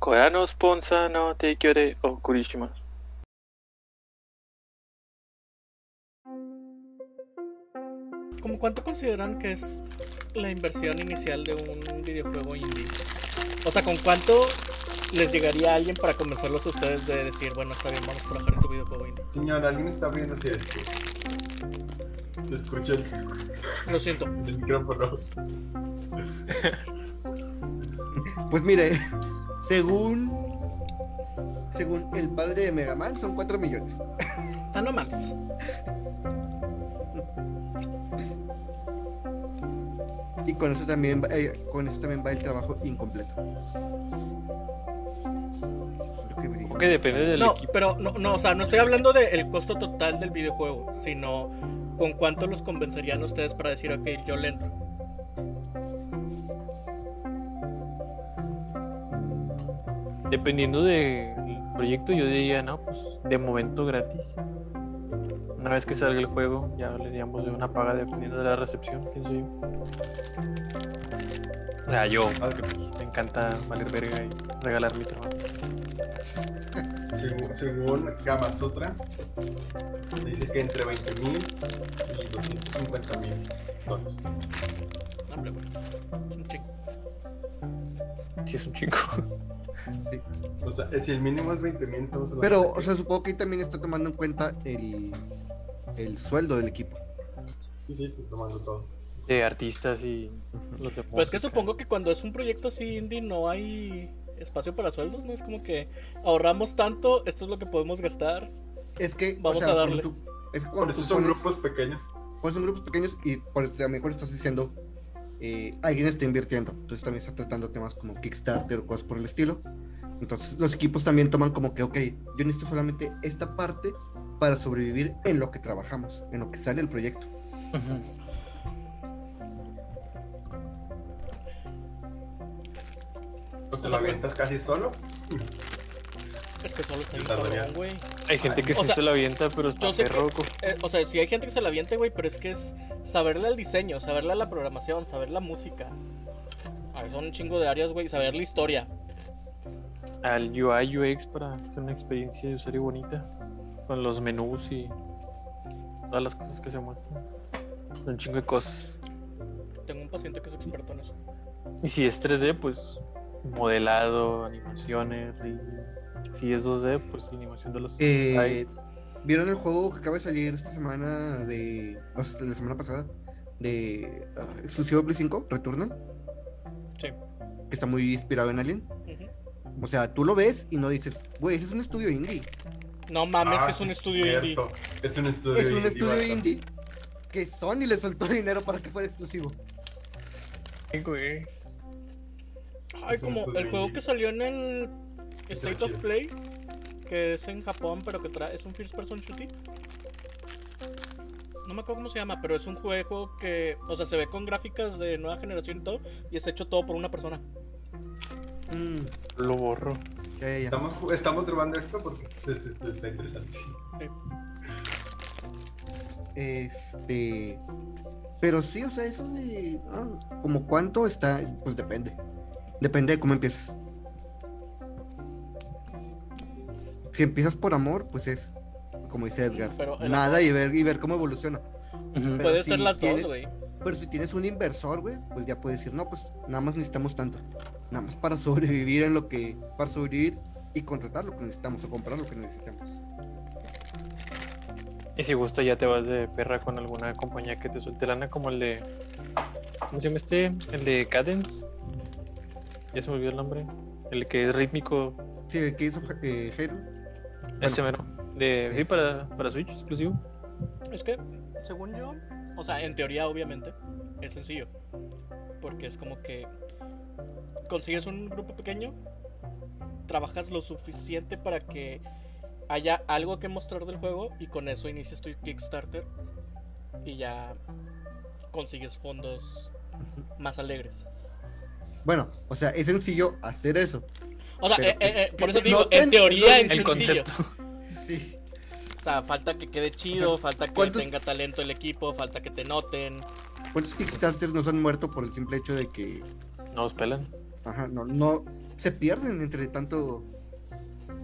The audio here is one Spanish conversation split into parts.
からのスポンサーの提供でお送りします。 ¿Cómo cuánto consideran que es la inversión inicial de un videojuego indie? O sea, ¿con cuánto les llegaría a alguien para convencerlos a ustedes de decir, bueno, está bien, vamos a trabajar en tu videojuego indie? Señor, alguien está abriendo hacia esto. Se escucha el, Lo siento. el micrófono. Pues mire, según según el padre de Megaman son 4 millones. Ah, no mames. Y con eso también va- eh, con eso también va el trabajo incompleto. Creo que brilla. Creo que depende del No, equipo. pero no, no, o sea, no estoy hablando del costo total del videojuego, sino con cuánto los convencerían a ustedes para decir, ok, yo le entro. Dependiendo del proyecto, yo diría, no, pues de momento gratis. Una vez que salga el juego, ya le diríamos de una paga dependiendo de la recepción, pienso yo. O sea, yo, porque, pues, me encanta valer verga y regalar mi trabajo. Según, según Kama Sutra, dice que entre 20 mil y 250 mil dólares. No, hombre, güey. Es un chingo. Sí, es un chingo. O sea, eh, si el mínimo es 20 mil, estamos hablando. Pero, de o sea, supongo que ahí también está tomando en cuenta el, el sueldo del equipo. Sí, sí, estoy tomando todo. De artistas y los de Pues es que música. supongo que cuando es un proyecto así indie no hay espacio para sueldos, ¿no? Es como que ahorramos tanto, esto es lo que podemos gastar. Es que o Vamos sea, a darle. cuando tú- es que Por cuando eso tú son pones- grupos pequeños. cuando pues, son grupos pequeños y por eso a lo mejor estás diciendo eh, alguien está invirtiendo. Entonces también está tratando temas como Kickstarter o cosas por el estilo. Entonces los equipos también toman como que, ok, yo necesito solamente esta parte para sobrevivir en lo que trabajamos, en lo que sale el proyecto. Ujú. O te lo avientas casi solo. Es que solo está Te bien cabrón, tardarías. güey. Hay gente que o sí sea, se la avienta, pero está yo sé que- perro. co- Eh, o sea, sí hay gente que se la avienta, güey, pero es que es saberle al diseño, saberle a la programación, saber la música. A ver, son un chingo de áreas, güey, saber la historia. Al UI, UX para hacer una experiencia de usuario bonita. Con los menús y todas las cosas que se muestran. Un chingo de cosas. Tengo un paciente que es experto en eso. Y si es 3D, pues modelado, animaciones. Y si es 2D, pues animación de los Eh, sprites. ¿Vieron el juego que acaba de salir esta semana de... o sea, la semana pasada? De... ah, exclusivo de Play 5, Returnal, Sí. que está muy inspirado en Alien. Ujú. O sea, tú lo ves y no dices, güey, ese es un estudio indie. No mames, Ah, que es un sí, estudio indie. cierto. Es un estudio es un estudio vato. indie que Sony le soltó dinero para que fuera exclusivo. Ay, güey. Ay, Es un como estudio el juego indie. que salió en el State Está of chido. Play, que es en Japón, pero que trae, es un first person shooting. No me acuerdo cómo se llama, pero es un juego que, o sea, se ve con gráficas de nueva generación y todo, y es hecho todo por una persona. Mm, Lo borro. ya, ya, ya. Estamos, ju- estamos grabando esto porque se, se- se- está interesante. Este. Pero sí, o sea, eso de. ah, como cuánto está, pues depende. Depende de cómo empiezas. Si empiezas por amor, pues es como dice Edgar, Pero el nada y ver, y ver cómo evoluciona. Ujú. Pero Puede si ser las tiene- dos, güey. Pero si tienes un inversor, güey, pues ya puedes decir, no, pues nada más necesitamos tanto. Nada más para sobrevivir en lo que. Para sobrevivir y contratar lo que necesitamos o comprar lo que necesitamos. Y si gusta ya te vas de perra con alguna compañía que te suelte lana como el de... ¿Cómo se llama este? El de Cadence. Ya se me olvidó el nombre. El que es rítmico. Sí, ¿qué hizo eh, Halo? Este mero. De, sí, ese. para, para Switch exclusivo. Es que, según yo, o sea, en teoría, obviamente, es sencillo. Porque es como que consigues un grupo pequeño, trabajas lo suficiente para que haya algo que mostrar del juego y con eso inicias tu Kickstarter y ya consigues fondos más alegres. Bueno, o sea, es sencillo hacer eso. O sea, Pero eh, eh, eh, que- por que eso te te digo, noten en teoría el es El sencillo. concepto. Sí. O sea, falta que quede chido, falta que ¿cuántos- tenga talento el equipo, falta que te noten. ¿Cuántos Kickstarters nos han muerto por el simple hecho de que, No los pelan. ajá, no, no, se pierden entre tanto.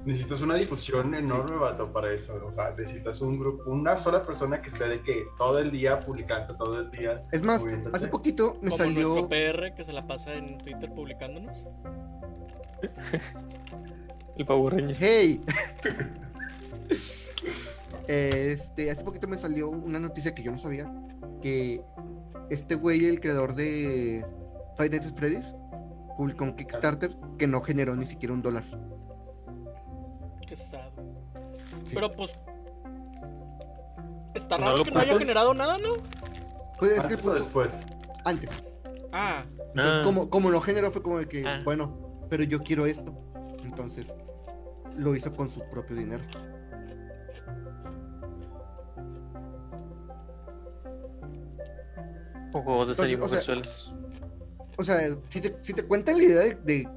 Necesitas una difusión enorme, vato, para eso. O sea, necesitas un grupo, una sola persona que esté de que todo el día publicando, todo el día. Es más, moviéndose. hace poquito me Como salió. nuestro PR que se la pasa en Twitter publicándonos. El Power Ranger. ¡Hey! este, hace poquito me salió una noticia que yo no sabía. Que este güey, el creador de Five Nights at Freddy's, publicó un Kickstarter que no generó ni siquiera un dólar. Qué sad. Sí. Pero pues. Está No raro lo que no haya ocupas. generado nada, ¿no? Pues es que Antes o fue después. antes. Ah, Ah, Entonces, como, como lo generó, fue como de que, Ah. bueno, pero yo quiero esto. Entonces, lo hizo con su propio dinero. con juegos de entonces, serie o sea- sexuales. O sea, si te, si te cuentan la idea de, de,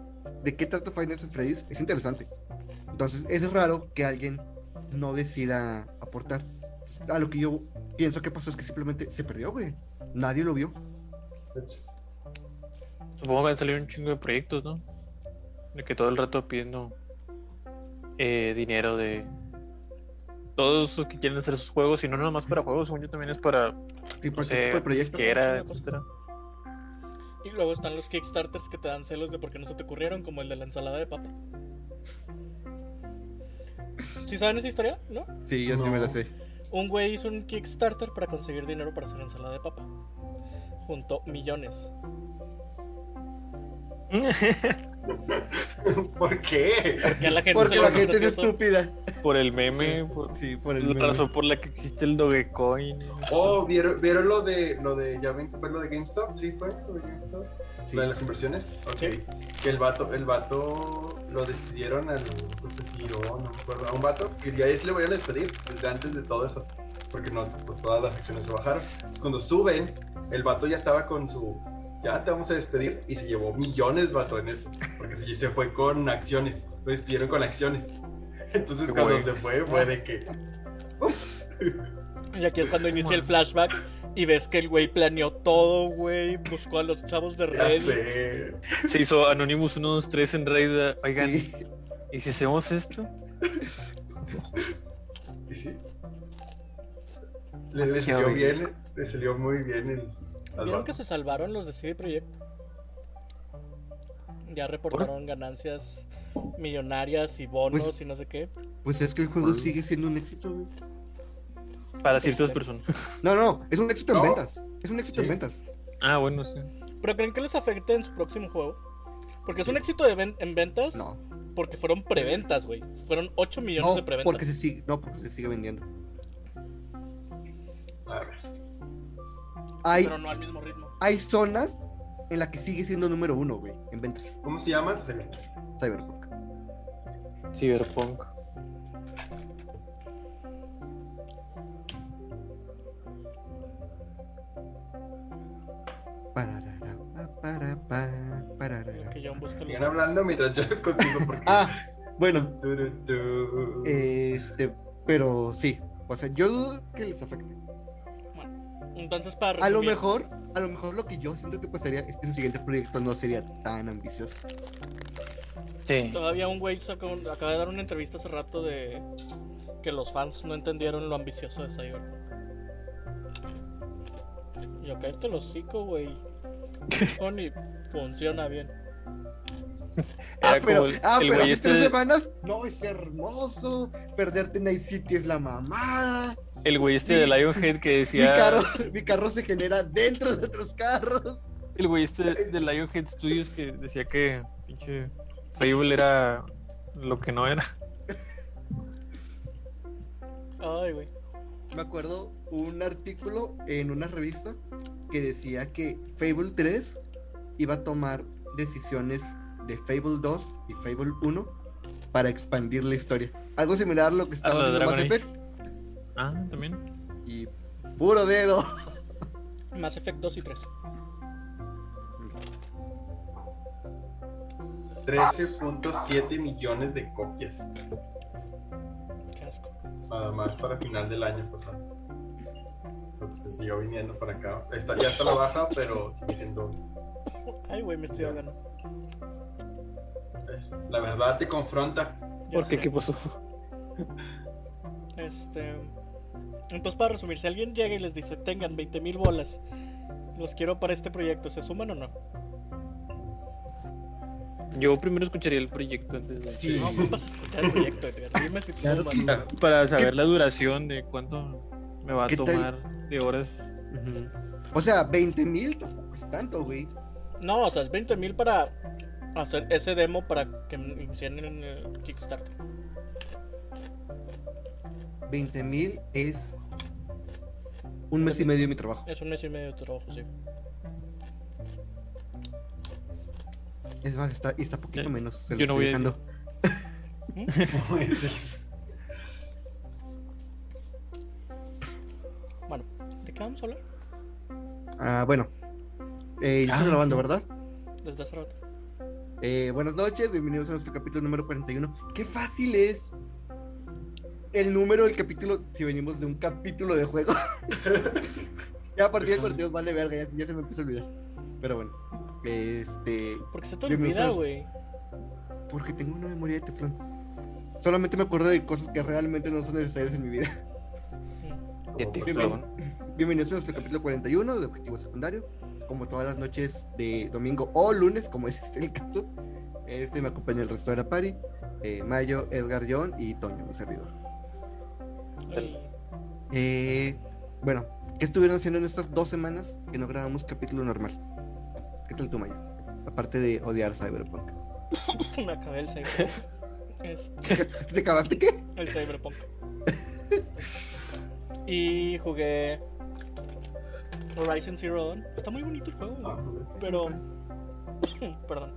de qué trata Final Fantasy Freddy's, es interesante. Entonces, es raro que alguien no decida aportar. A lo que yo pienso que pasó es que simplemente se perdió, güey. Nadie lo vio. Supongo que han salido un chingo de proyectos, ¿no? De que todo el rato pidiendo eh, dinero de todos los que quieren hacer sus juegos, y no nomás para juegos, según yo también es para, no Tipo, sé, tipo de proyecto. disquera, Un chingo de cosas. etcétera. y luego están los Kickstarters que te dan celos de por qué no se te ocurrieron, como el de la ensalada de papa. ¿Sí saben esa historia? ¿No? Sí, yo sí me la sé. Un güey hizo un Kickstarter para conseguir dinero para hacer ensalada de papa. Juntó millones. ¿Por qué? Porque a la gente, Porque se le la hace gente es gracioso. estúpida. por el meme, por Sí, por el la meme. razón por la que existe el Dogecoin. Oh, ¿vieron, vieron lo de lo de ya ven fue lo de GameStop? Sí, fue lo de GameStop. Sí. ¿Lo de las inversiones? Ok. Sí. Que el vato, el vato lo despidieron al no sé si o no me acuerdo, a un vato que ya es le voy a despedir desde antes de todo eso. Porque no, pues todas las acciones se bajaron. Entonces, cuando suben, el vato ya estaba con su ya te vamos a despedir y se llevó millones vato en eso. Porque se, se fue con acciones. Lo despidieron con acciones. Entonces Qué cuando güey. se fue fue de que Y aquí es cuando inicia el flashback y ves que el güey planeó todo, güey. Buscó a los chavos de ya red. sé. Se hizo Anonymous 123 en Raid. ah, Oigan, Sí. ¿y si hacemos esto? Y sí. Le, le Demasiado salió bien. bien, le salió muy bien el. al ¿Vieron vato. que se salvaron los de CD Projekt? Ya reportaron ganancias millonarias y bonos Pues- y no sé qué. Pues es que el juego Por- sigue siendo un éxito, güey. Para Este. ciertas personas. No, no, es un éxito No. en ventas. Es un éxito Sí. en ventas. Ah, bueno, sí. ¿Pero creen que les afecte en su próximo juego? Porque es un éxito de ven- en ventas No, porque fueron preventas, güey. Fueron 8 millones de no preventas. porque, se sigue, no, porque se sigue vendiendo. A ver, Hay, Pero no al mismo ritmo. hay zonas en las que sigue siendo número uno, güey, en ventas. ¿Cómo se llama? Cyberpunk. Cyberpunk. Pararara, pa, para, pa, En lo pararara. que John busca los- Sigan hablando mientras yo les contesto porque. Ah, bueno, Turu, tu. este, pero sí. O sea, yo dudo que les afecte. Entonces, para A lo resumir, mejor, a lo mejor lo que yo siento que pasaría es que su siguiente proyecto no sería tan ambicioso. Sí. Todavía un güey sacó un- acaba de dar una entrevista hace rato de que los fans no entendieron lo ambicioso de Cyberpunk. Y acá te lo hocico, güey. Sony funciona bien. Era ah, pero, como el, ah, el pero güey hace este, tres semanas, no, es hermoso. Perderte en Night City es la mamada. el güey este de Lionhead que decía. Mi, carro, mi carro se genera dentro de otros carros. El güey este de Lionhead Studios que decía que pinche Fable era lo que no era. Ay, güey. Me acuerdo un artículo en una revista que decía que Fable 3 iba a tomar decisiones de Fable 2 y Fable 1 para expandir la historia. Algo similar a lo que estaba lo de haciendo Mass Dragon Age. Effect. Ah, también. Y puro dedo. Mass Effect 2 y 3. 13.7 millones de copias. Qué asco. Nada más para final del año pasado. Entonces siguió viniendo para acá. Está, ya está la baja, pero sigue siendo. Ay, güey, me estoy ahogando. Pues, la verdad te confronta. Ya Porque sé. qué pasó. Este. Entonces, para resumir, si alguien llega y les dice, tengan 20 mil bolas, los quiero para este proyecto, ¿se suman o no? Yo primero escucharía el proyecto antes de... Sí. No, ocupas escuchar el proyecto, Edgar. Dime si te Claro sumas. que sí. Para saber la duración de cuánto me va a ¿Qué tal? tomar de horas. Ujú. O sea, 20 mil tampoco es tanto, güey. No, o sea, es 20 mil para hacer ese demo para que inicien en el Kickstarter. 20 mil es un mes y medio de mi trabajo. Es un mes y medio de trabajo, sí. Es más, está, está poquito Eh, menos. Se lo yo no voy estoy a dejando. ¿Cómo es eso? Bueno, ¿de qué vamos a hablar? Ah, bueno. Eh, ya Ah, estás grabando, sí. ¿verdad? Desde hace rato. Eh, buenas noches, bienvenidos a nuestro capítulo número 41. ¡Qué fácil es! El número del capítulo, si venimos de un capítulo de juego. ya a partir del 42 vale verga, ya, se- ya se me empezó a olvidar. Pero bueno, este. Porque se te Dime, olvida, ¿sabes? güey. Porque tengo una memoria de teflón. Solamente me acuerdo de cosas que realmente no son necesarias en mi vida. De Como, teflón. Bienvenidos a nuestro capítulo 41 de Objetivo Secundario. Como todas las noches de domingo o lunes, como es este el caso, este me acompaña el resto de la party: eh, Mayo, Edgar, John y Toño, mi servidor. Ay, Eh, bueno, ¿qué estuvieron haciendo en estas dos semanas que no grabamos capítulo normal? ¿Qué tal tú, Mayo? Aparte de odiar Cyberpunk. me acabé el Cyberpunk. Este, ¿Te acabaste qué? el Cyberpunk. Y jugué Horizon Zero Dawn. Está muy bonito el juego, güey. Ah, güey. Pero. Perdón.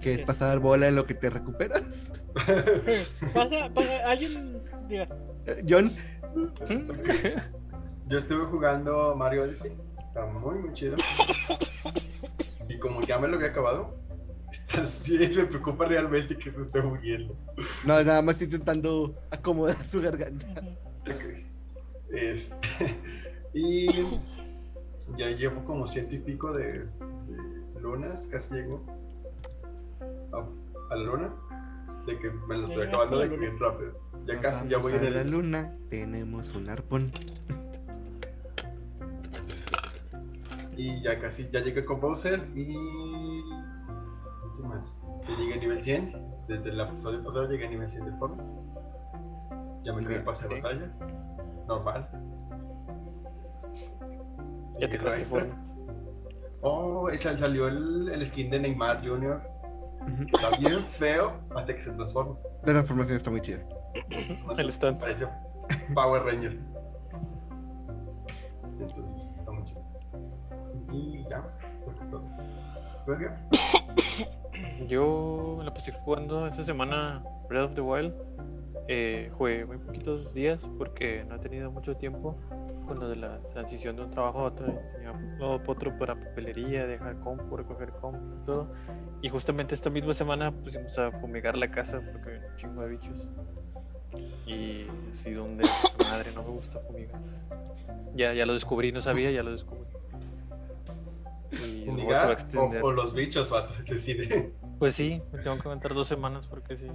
Que es pasar bola en lo que te recuperas. Pasa, pasa, alguien diga. Eh, John, Mm. Yo estuve jugando Mario Odyssey. Está muy, muy chido. Y como ya me lo había acabado, está sí, me preocupa realmente que se esté muriendo. no, nada más intentando acomodar su garganta. ujú, Este, y ya llevo como ciento y pico de, de lunas, casi llego a, a la luna. De que me lo Ya estoy llegaste acabando a la de que luna. bien rápido. Ya casi, ya Vamos voy en a la el. luna, tenemos un arpón. Y ya casi, ya llegué con Bowser y. ¿Qué más? Ya llegué a nivel 100. Desde el episodio pasado llegué a nivel 100 de forma. Ya me quedé Bien, pase de sí. batalla. Normal. Sí, Ya te creaste extra. forma. Oh, esa- salió el, el skin de Neymar Jr. Está bien feo hasta que se transforma. La transformación está muy chida. El stand. Parece Power Ranger. Entonces está muy chido. Y ya, creo que es todo. ¿Tú, Edgar? Yo me la pasé jugando esta semana Breath of the Wild. Eh, jugué muy poquitos días porque no he tenido mucho tiempo con lo de la transición de un trabajo a otro. Tenía uno pa' otro para papelería, dejar compu, recoger compu y todo. Y justamente esta misma semana pusimos a fumigar la casa porque había un chingo de bichos. Y ha sido un desmadre, no me gusta fumigar. Ya, ya lo descubrí, no sabía, ya lo descubrí. Y luego se va a ¿Fumigar extender. o, o los bichos, vato? Es decir, Pues sí, me tengo que aguantar dos semanas porque sí.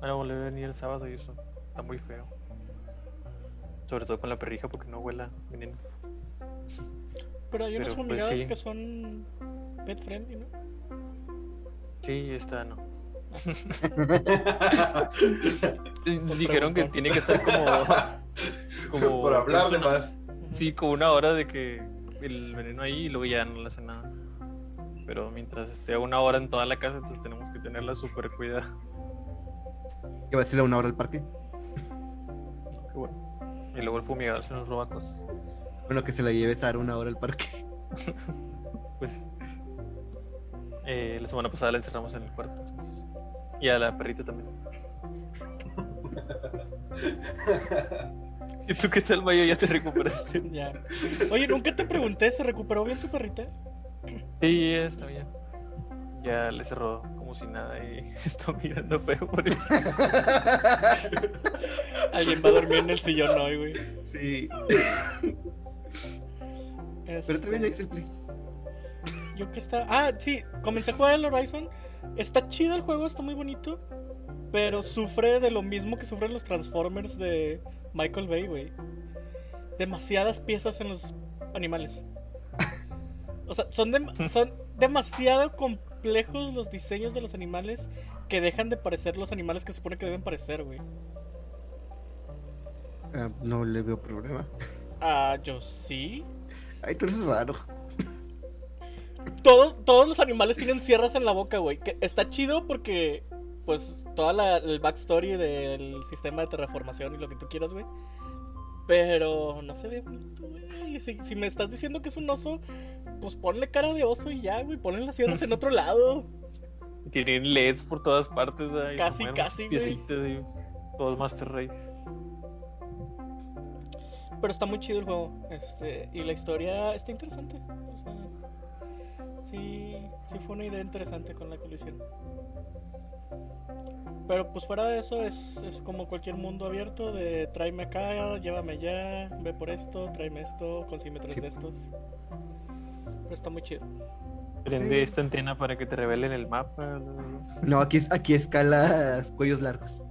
Ahora volver a venir el sábado y eso está muy feo. Sobre todo con la perrija porque no huela veneno. Pero hay unas Pero, pues, fumigadas sí. que son pet friendly, ¿no? Sí, esta no. Dijeron que preguntar. tiene que estar como. como por hablar de una- más. Sí, como una hora de que el veneno ahí y luego ya no le hace nada. Pero mientras sea una hora en toda la casa, entonces tenemos que tenerla súper cuidada. Que va a ser a una hora al parque. Y bueno, Y luego el fumigador se nos roba cosas. Bueno, que se la lleves a dar una hora al parque. Pues eh, la semana pasada la encerramos en el cuarto. entonces. Y a la perrita también. ¿Y tú qué tal, Mayo? ¿Ya te recuperaste? Ya. Oye, nunca te pregunté, ¿se recuperó bien tu perrita? Sí, ya está bien. Ya le cerró como si nada y está mirando feo por el Alguien va a dormir en el sillón hoy, güey. sí. Este, Pero también Excel Play. Yo que estaba. Ah, sí, comencé a jugar el Horizon Está chido el juego, está muy bonito. Pero sufre de lo mismo que sufren los Transformers de Michael Bay, güey. Demasiadas piezas en los animales. O sea, son, dem- son demasiado complejos los diseños de los animales que dejan de parecer los animales que se supone que deben parecer, güey. Ah, no le veo problema. Ah, yo sí. Ay, tú eres raro. Todos, todos los animales tienen sierras en la boca, güey. Que está chido porque, pues, toda la el backstory del sistema de terraformación y lo que tú quieras, güey. Pero no se ve bonito, güey. Si, si me estás diciendo que es un oso, pues ponle cara de oso y ya, güey. Ponle las sierras en otro lado. Tienen LEDs por todas partes. ahí, Casi, se mueven casi, las piecitas y Todo el Master Race. Pero está muy chido el juego. Este, y la historia está interesante. O sea, sí, sí fue una idea interesante con la que lo hicieron. Pero pues fuera de eso es, es como cualquier mundo abierto de tráeme acá, llévame allá, ve por esto, tráeme esto, consígueme tres Sí. de estos. Pero está muy chido. Prende Sí. esta antena para que te revelen el mapa. bla, bla, bla. No, aquí, es- aquí escalas cuellos largos.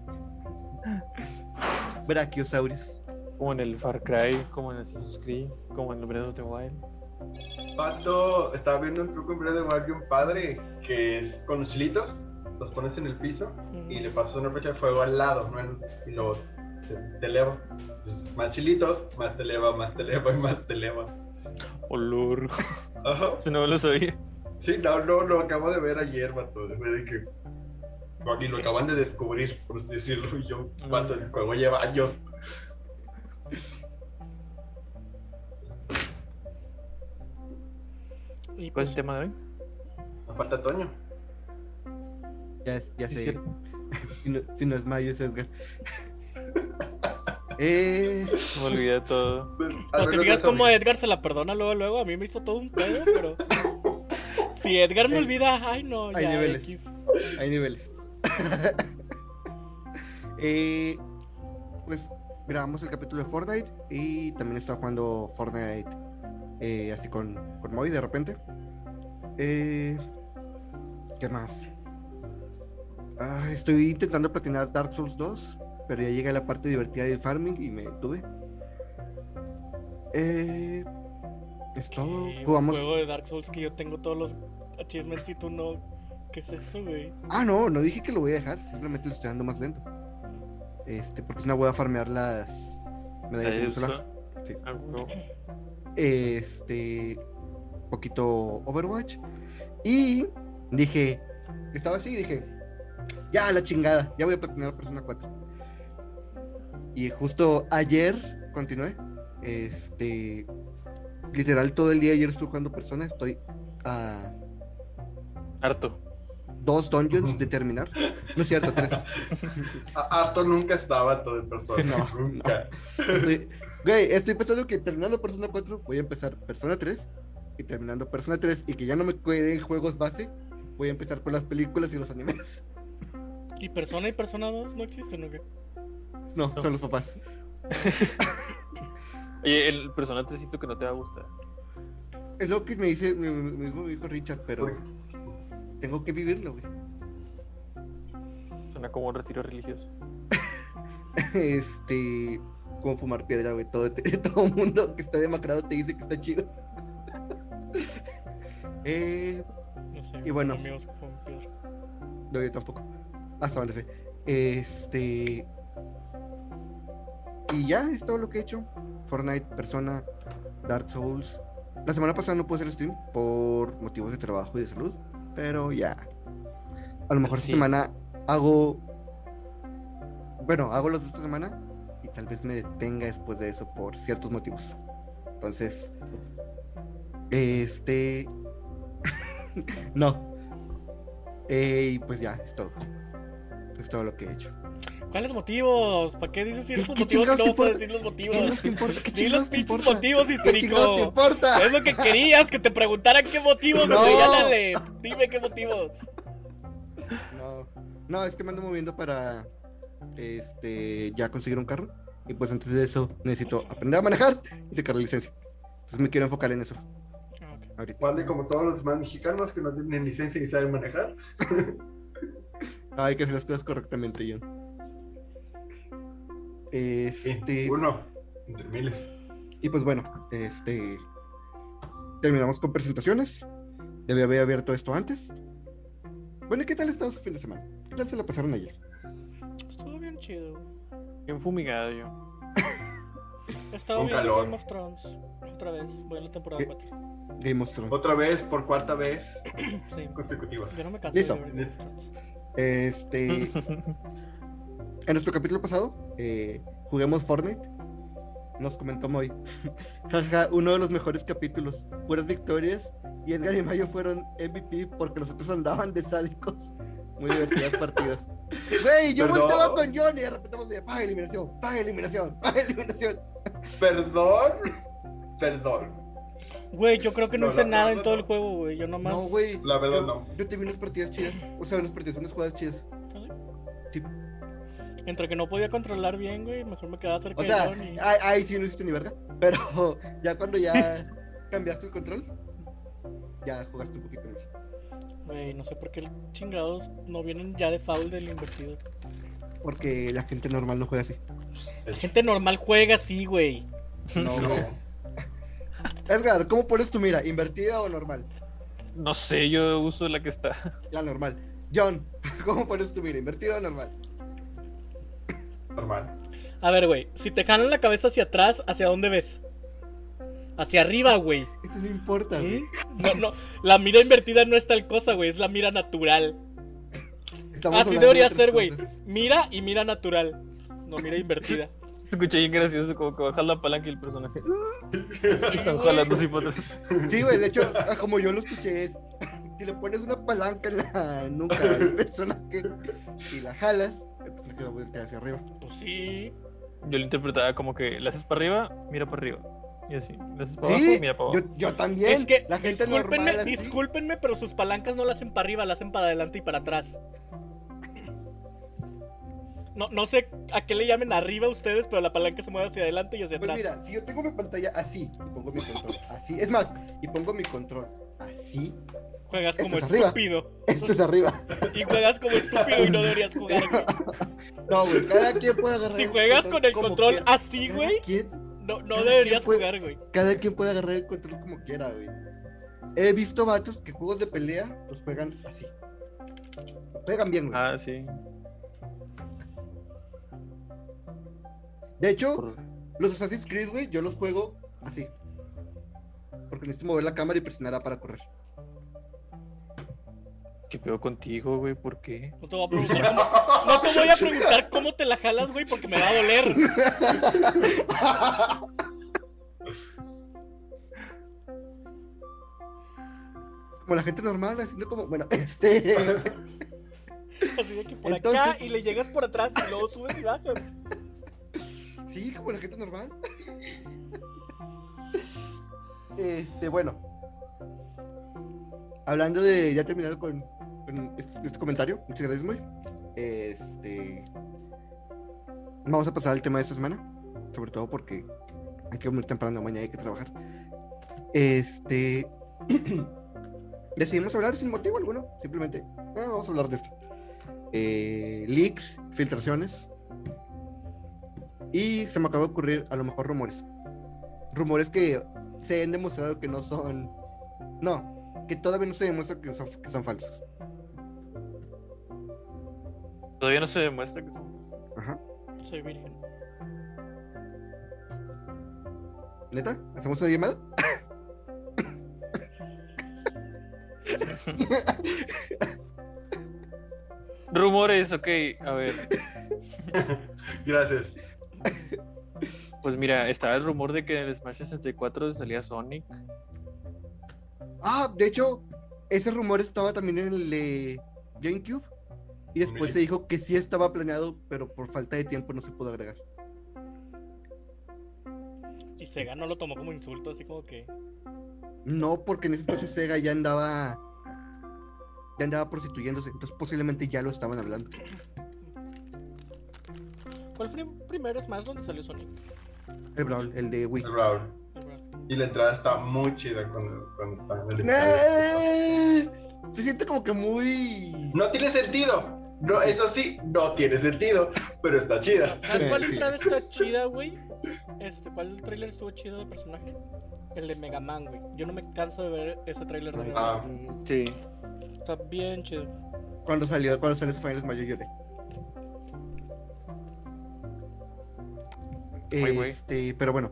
Brachiosaurios. Como en el Far Cry, como en el Assassin's Creed, como en el Breath of the Wild. Pato, estaba viendo un truco en Breath of the Wild bien padre, que es con los chilitos, los pones en el piso Mm, y le pasas una flecha de fuego al lado, ¿no? Y luego se- te eleva. Entonces, más chilitos, más te eleva, más te eleva y más te eleva. Olor. Ajá. Si no lo sabía. Sí, no, no, lo acabo de ver ayer, vato. de ver de que. Y lo acaban de descubrir, por así decirlo. y Yo, vato, el juego lleva años. Y ¿Cuál es pues, el tema de hoy? Nos falta Toño. Ya, es- ya Sí, sé. cierto. Si no, si no es mayo, es Edgar. Eh, Me olvidé todo. no te Al menos digas ya como sabía. Edgar se la perdona luego, luego. A mí me hizo todo un pedo, pero... Si Edgar me Eh, olvida, ay no, hay ya niveles. X. hay niveles. Eh, pues grabamos el capítulo de Fortnite y también está jugando Fortnite eh, así con, con Moy de repente. Eh, ¿Qué más? Ah, estoy intentando platinar Dark Souls 2, pero ya llegué a la parte divertida del farming y me detuve. Eh, es todo. Que Eh, un Jugamos. juego de Dark Souls que yo tengo todos los achievements y tú no. ¿Qué es eso, güey? Ah, no, no dije que lo voy a dejar, simplemente lo estoy dando más lento. Este, porque si no voy a farmear las medallas de Ahí luz solar. está. Sí. Ah, huevo. Este, poquito Overwatch. Y dije, estaba así, dije, ya la chingada, ya voy a platinar Persona 4. Y justo ayer continué. Este, literal todo el día ayer estuve jugando Persona, estoy a Harto. dos dungeons Ujú. de terminar. No es cierto, tres. A- Astor nunca estaba todo de persona. No, nunca. Estoy, güey, estoy pensando que terminando Persona 4 voy a empezar Persona 3 y terminando Persona 3 y que ya no me queden juegos base, voy a empezar por las películas y los animes. ¿Y Persona y Persona 2 no existen o qué? No, No. son los papás. Oye, el personaje siento que no te va a gustar. Es lo que me dice mi- mi- mismo me dijo Richard, pero Uy. tengo que vivirlo, güey. Suena como un retiro religioso. Este, como fumar piedra, güey. Todo, te- todo mundo que está demacrado te dice que está chido. eh, No sé. Y bueno. Amigos que fueron piedra. No, yo tampoco. Hasta donde sé. Este. Y ya es todo lo que he hecho. Fortnite, Persona, Dark Souls. La semana pasada no pude hacer stream por motivos de trabajo y de salud. Pero ya. A lo mejor Sí. esta semana hago. Bueno, hago los de esta semana. Y tal vez me detenga después de eso por ciertos motivos. Entonces. Este. no. Eh, y pues ya, es todo. Es todo lo que he hecho. ¿Cuáles motivos? ¿Para qué dices ciertos ¿Qué motivos si chingados no vas a te importa? decir los ¿Qué chingados motivos? te importa? ¿Qué Di los chingados te pinches importa? motivos, ¿Qué chingados te histérico. importa? Es lo que querías, que te preguntaran qué motivos, No. güey. Ya dale. Dime qué motivos. No, no, es que me ando moviendo para este ya conseguir un carro. Y pues antes de eso necesito aprender a manejar y sacar la licencia. Entonces me quiero enfocar en eso Ah, ok. ahorita. Vale, como todos los demás mexicanos que no tienen licencia y saben manejar. Hay que hacer las cosas correctamente, John. Este, Uno, entre miles. y pues bueno, este terminamos con presentaciones. Debe haber abierto esto antes. Bueno, ¿y ¿qué tal ha estado su fin de semana? ¿Qué tal se la pasaron ayer? Estuvo bien chido. Bien fumigado yo. He estado Con viendo calor. Game of Thrones otra vez. Voy a la temporada Eh. 4. Game of Thrones. Otra vez, por cuarta vez Sí. consecutiva. Yo no me canso de Listo. ver Game of Thrones. Este, en nuestro capítulo pasado, eh, juguemos Fortnite. Nos comentó Moy. Jaja, uno de los mejores capítulos. Puras victorias. Y Edgar y Mayo fueron MVP porque los otros andaban de sádicos. Muy divertidas partidas. Güey, yo Perdón. voltaba con John y de repente vamos de paga eliminación, paga eliminación, paga eliminación. Perdón, perdón. Güey, yo creo que no, No, hice no, nada no, en no, todo no. el juego, güey. Yo nomás. No, güey. La verdad, yo, no. Yo te vi unas partidas chidas. O sea, unas partidas, unas jugadas chidas. Entre que no podía controlar bien, güey, mejor me quedaba cerca O sea, ah. de John y... ahí, ahí sí no hiciste ni verga. Pero ya cuando ya cambiaste el control, ya jugaste un poquito más. Güey, no sé por qué chingados no vienen ya de foul del invertido. Porque la gente normal no juega así. La gente normal juega así, güey. No, No. Edgar, ¿cómo pones tu mira? ¿Invertida o normal? No sé, yo uso la que está. La normal. John, ¿cómo pones tu mira? ¿Invertida o normal? Normal. A ver, güey, si te jalan la cabeza hacia atrás, ¿hacia dónde ves? Hacia arriba, güey. Eso no importa, güey. ¿Mm? No, no, la mira invertida no es tal cosa, güey, es la mira natural. Estamos así hablando Ah, debería de otras ser, güey. cosas. Mira y mira natural. No, mira invertida. Se escucha bien gracioso, como que bajas la palanca y el personaje. Están güey. jalando así para atrás. Sí, güey, de hecho, ah, como yo lo escuché, es. Si le pones una palanca en la nuca al personaje y la jalas, el personaje va a voltear hacia arriba. Pues sí. Yo lo interpretaba como que la haces para arriba, mira para arriba. Y así, la haces para Sí, abajo, mira para yo, abajo. yo también. es que, la gente discúlpenme, normal. así. discúlpenme, pero sus palancas no las hacen para arriba, las hacen para adelante y para atrás. No, no sé a qué le llamen arriba ustedes, pero la palanca se mueve hacia adelante y hacia Pues atrás. mira, si yo tengo mi pantalla así y pongo mi control así, es más, y pongo mi control así, juegas esto como es arriba. estúpido. esto es arriba. Y juegas como estúpido y no deberías jugar, güey. No, güey, cada quien puede agarrar. Si juegas con el como control quiera. así, Cada güey, quien- no, no cada deberías quien puede- jugar, güey. Cada quien puede agarrar el control como quiera, güey. He visto vatos que juegos de pelea los juegan así. Lo pegan bien, güey. Ah, sí. De hecho, Por- Los Assassin's Creed, güey, yo los juego así. Porque necesito mover la cámara y presionar A para correr. ¿Qué pedo contigo, güey? ¿Por qué? No te voy a preguntar cómo, no te voy a preguntar cómo te la jalas, güey, porque me va a doler. Como la gente normal, haciendo como, bueno, este. Así de que por acá Entonces- y le llegas por atrás y luego subes y bajas. Sí, como la gente normal. Este, bueno. Hablando de. Ya terminado con, con este, este comentario. Muchas gracias, Moy. Este. Vamos a pasar al tema de esta semana. Sobre todo porque hay que dormir temprano. Mañana hay que trabajar. Este. Decidimos hablar sin motivo alguno. Simplemente. "Ah, vamos a hablar de esto. Eh, leaks, filtraciones. Y se me acaba de ocurrir a lo mejor rumores. Rumores que se han demostrado que no son. No, que todavía no se demuestra que son, que son falsos. Todavía no se demuestra que son. Ajá. Soy virgen. ¿Neta? ¿Hacemos una llamada? Rumores, ok. A ver. Gracias. Pues mira, estaba el rumor de que en el Smash 64 salía Sonic. Ah, de hecho, ese rumor estaba también en el de GameCube. Y después Ok. se dijo que sí estaba planeado, pero por falta de tiempo no se pudo agregar. Y Sega no lo tomó como insulto, así como que. No, porque en ese entonces Sega ya andaba. Ya andaba prostituyéndose. Entonces posiblemente ya lo estaban hablando. ¿Cuál fue el primer Smash donde salió Sonic? El Brawl, el de Wii. El Raúl. El Brawl. Y la entrada está muy chida cuando, cuando está en el Nah, Se siente como que muy. No tiene sentido. No, eso sí, no tiene sentido, pero está chida. ¿Sabes Sí, cuál sí. entrada está chida, güey? Este, ¿Cuál tráiler estuvo chido de personaje? El de Mega Man, güey. Yo no me canso de ver ese tráiler de Mega Ah, Man. Sí. Está bien chido. Cuando salió, cuando salió ese Final Smash, yo lloré. Güey, güey. Este, pero bueno,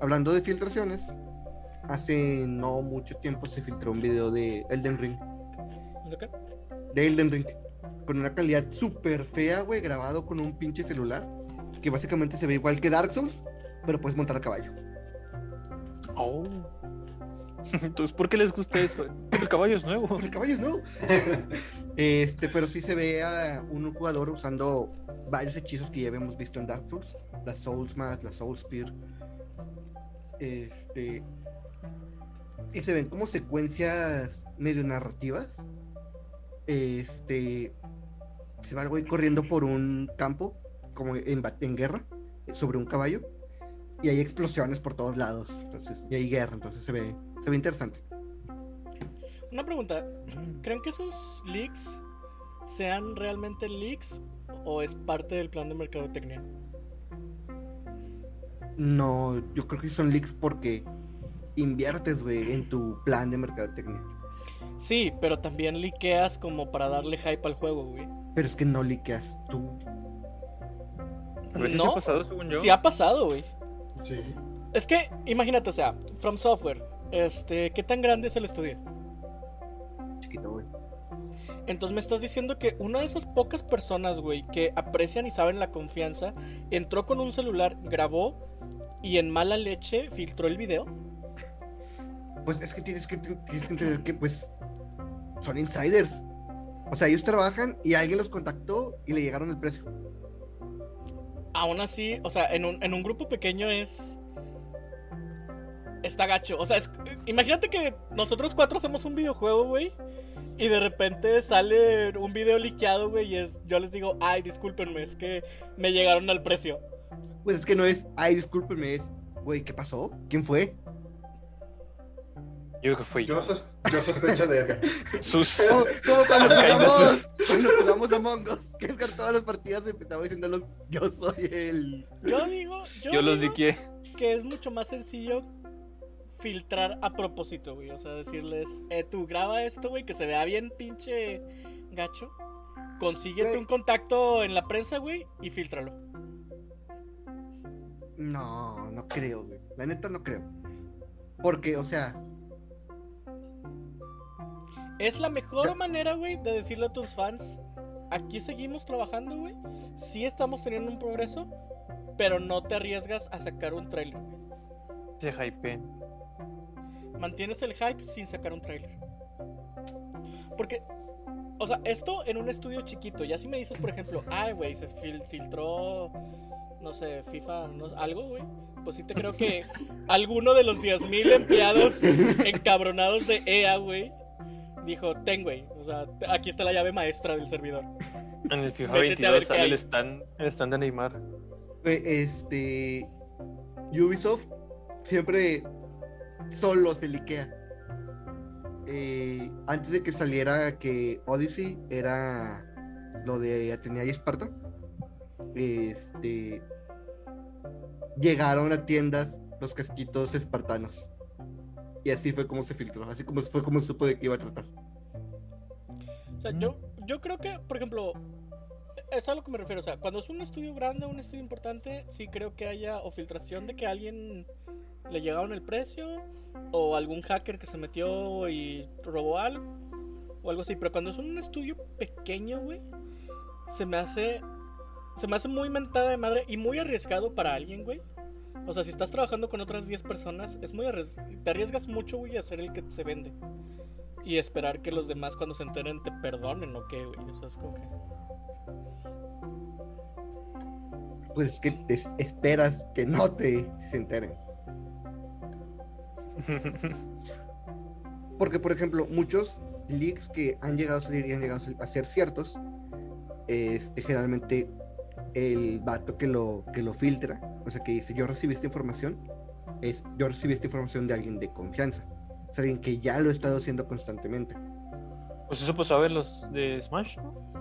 hablando de filtraciones, hace no mucho tiempo se filtró un video de Elden Ring, ¿De qué? de Elden Ring, con una calidad súper fea, güey, grabado con un pinche celular, que básicamente se ve igual que Dark Souls, pero puedes montar a caballo. Oh. Entonces, ¿por qué les gusta eso? El caballo es nuevo. Porque el caballo es nuevo. este, pero sí se ve a un jugador usando varios hechizos que ya habíamos visto en Dark Souls. La Soul Smash, la Soul Spear. Este. Y se ven como secuencias medio narrativas. Este. Se va el güey corriendo por un campo, como en, ba- en guerra, sobre un caballo. Y hay explosiones por todos lados. Entonces, y hay guerra, entonces se ve, se ve interesante. Una pregunta. ¿Creen que esos leaks sean realmente leaks o es parte del plan de mercadotecnia? No, yo creo que son leaks porque inviertes, güey, en tu plan de mercadotecnia. Sí, pero también liqueas como para darle hype al juego, güey. Pero es que no liqueas tú. A veces ¿No? ha pasado, según yo. Pues Sí ha pasado, güey. Sí. Es que, imagínate, o sea, From Software, este, ¿qué tan grande es el estudio? Chiquito, güey. Entonces me estás diciendo que una de esas pocas personas, güey, que aprecian y saben la confianza, entró con un celular, grabó y en mala leche filtró el video. Pues es que tienes que, tienes que entender que, pues, son insiders. O sea, ellos trabajan y alguien los contactó y le llegaron el precio. Aún así, o sea, en un, en un grupo pequeño es... Está gacho. O sea, es- imagínate que nosotros cuatro hacemos un videojuego, güey. Y de repente sale un video liqueado, güey. Y es, yo les digo, ay, discúlpenme, es que me llegaron al precio. Pues es que no es, ay, discúlpenme, es, güey, ¿qué pasó? ¿Quién fue? Yo creo que fue yo. Yo, sos- yo sospecho de Edgar. Sus. Como, como cuando Ay, no jugamos, seas- cuando jugamos Among Us, que es que en todas las partidas empezaba diciéndolos, yo soy el... Yo digo... Yo, Yo los digo- diqué. que es mucho más sencillo filtrar a propósito, güey. O sea, decirles, eh, tú graba esto, güey, que se vea bien pinche gacho. Consíguete Güey. un contacto en la prensa, güey, y filtralo. No, no creo, güey. La neta no creo. Porque, o sea, Es la mejor Ya. manera, güey, de decirle a tus fans, aquí seguimos trabajando, güey. Sí estamos teniendo un progreso, pero no te arriesgas a sacar un trailer. Se hypeen. Mantienes el hype sin sacar un trailer. Porque, o sea, esto en un estudio chiquito, ya si me dices, por ejemplo, ay, güey, se fil- filtró, no sé, FIFA, no- algo, güey. Pues sí te creo que alguno de los 10.000 empleados encabronados de EA, güey, dijo, ten, güey, o sea, te- aquí está la llave maestra del servidor. En el FIFA Métete a 22 ver qué sale hay. el stand, el stand de Neymar. güey, este. Ubisoft siempre solo se liquea. Eh, antes de que saliera que Odyssey era lo de Atenea y Esparta, este. Llegaron a tiendas los casquitos espartanos. Y así fue como se filtró, así como fue como supo de qué iba a tratar. O sea, Mm. yo, yo creo que, por ejemplo, es a lo que me refiero. O sea, cuando es un estudio grande, un estudio importante, sí creo que haya o filtración de que a alguien le llegaron el precio, o algún hacker que se metió y robó algo, o algo así. Pero cuando es un estudio pequeño, güey, se me hace. Se me hace muy mentada de madre y muy arriesgado para alguien, güey. O sea, si estás trabajando con otras 10 personas, es muy arries- te arriesgas mucho, güey, a ser el que se vende. Y esperar que los demás cuando se enteren te perdonen o qué, güey. O sea, es como que... Pues es que te esperas que no te se enteren. Porque, por ejemplo, muchos leaks que han llegado a salir y han llegado a ser ciertos, este, generalmente el vato que lo, que lo filtra, o sea, que dice, yo recibí esta información, es, yo recibí esta información de alguien de confianza. Es alguien que ya lo ha estado haciendo constantemente. Pues eso pasaba en los de Smash, ¿no?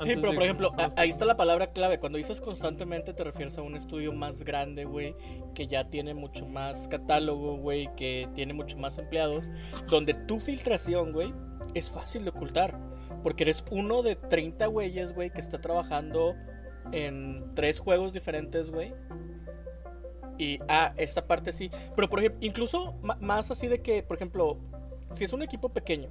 Sí, antes pero de- por ejemplo, a- ahí está la palabra clave. Cuando dices constantemente te refieres a un estudio más grande, güey, que ya tiene mucho más catálogo, güey, que tiene mucho más empleados, donde tu filtración, güey, es fácil de ocultar. Porque eres uno de 30 güeyes, güey, que está trabajando en tres juegos diferentes, güey. Y, ah, esta parte sí. Pero, por ejemplo, incluso ma- más así de que, por ejemplo, si es un equipo pequeño,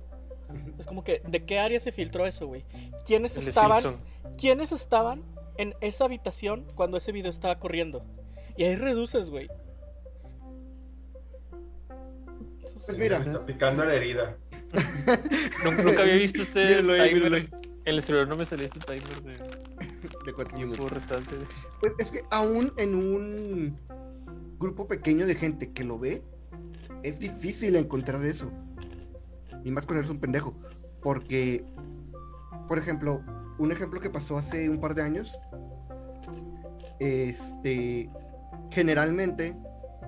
es como que, ¿de qué área se filtró eso, güey? ¿Quiénes el de estaban Simpson. quiénes estaban en esa habitación cuando ese video estaba corriendo. Y ahí reduces, güey. Pues mira, Me está picando la herida. Nun- Nunca había visto este Míralo ahí, timer. míralo ahí. En el celular no me salía este timer de de cuatro tiempo minutos. restante. Pues es que aún en un grupo pequeño de gente que lo ve, es difícil encontrar eso. Y más con eres un pendejo. Porque, por ejemplo, un ejemplo que pasó hace un par de años, este, generalmente,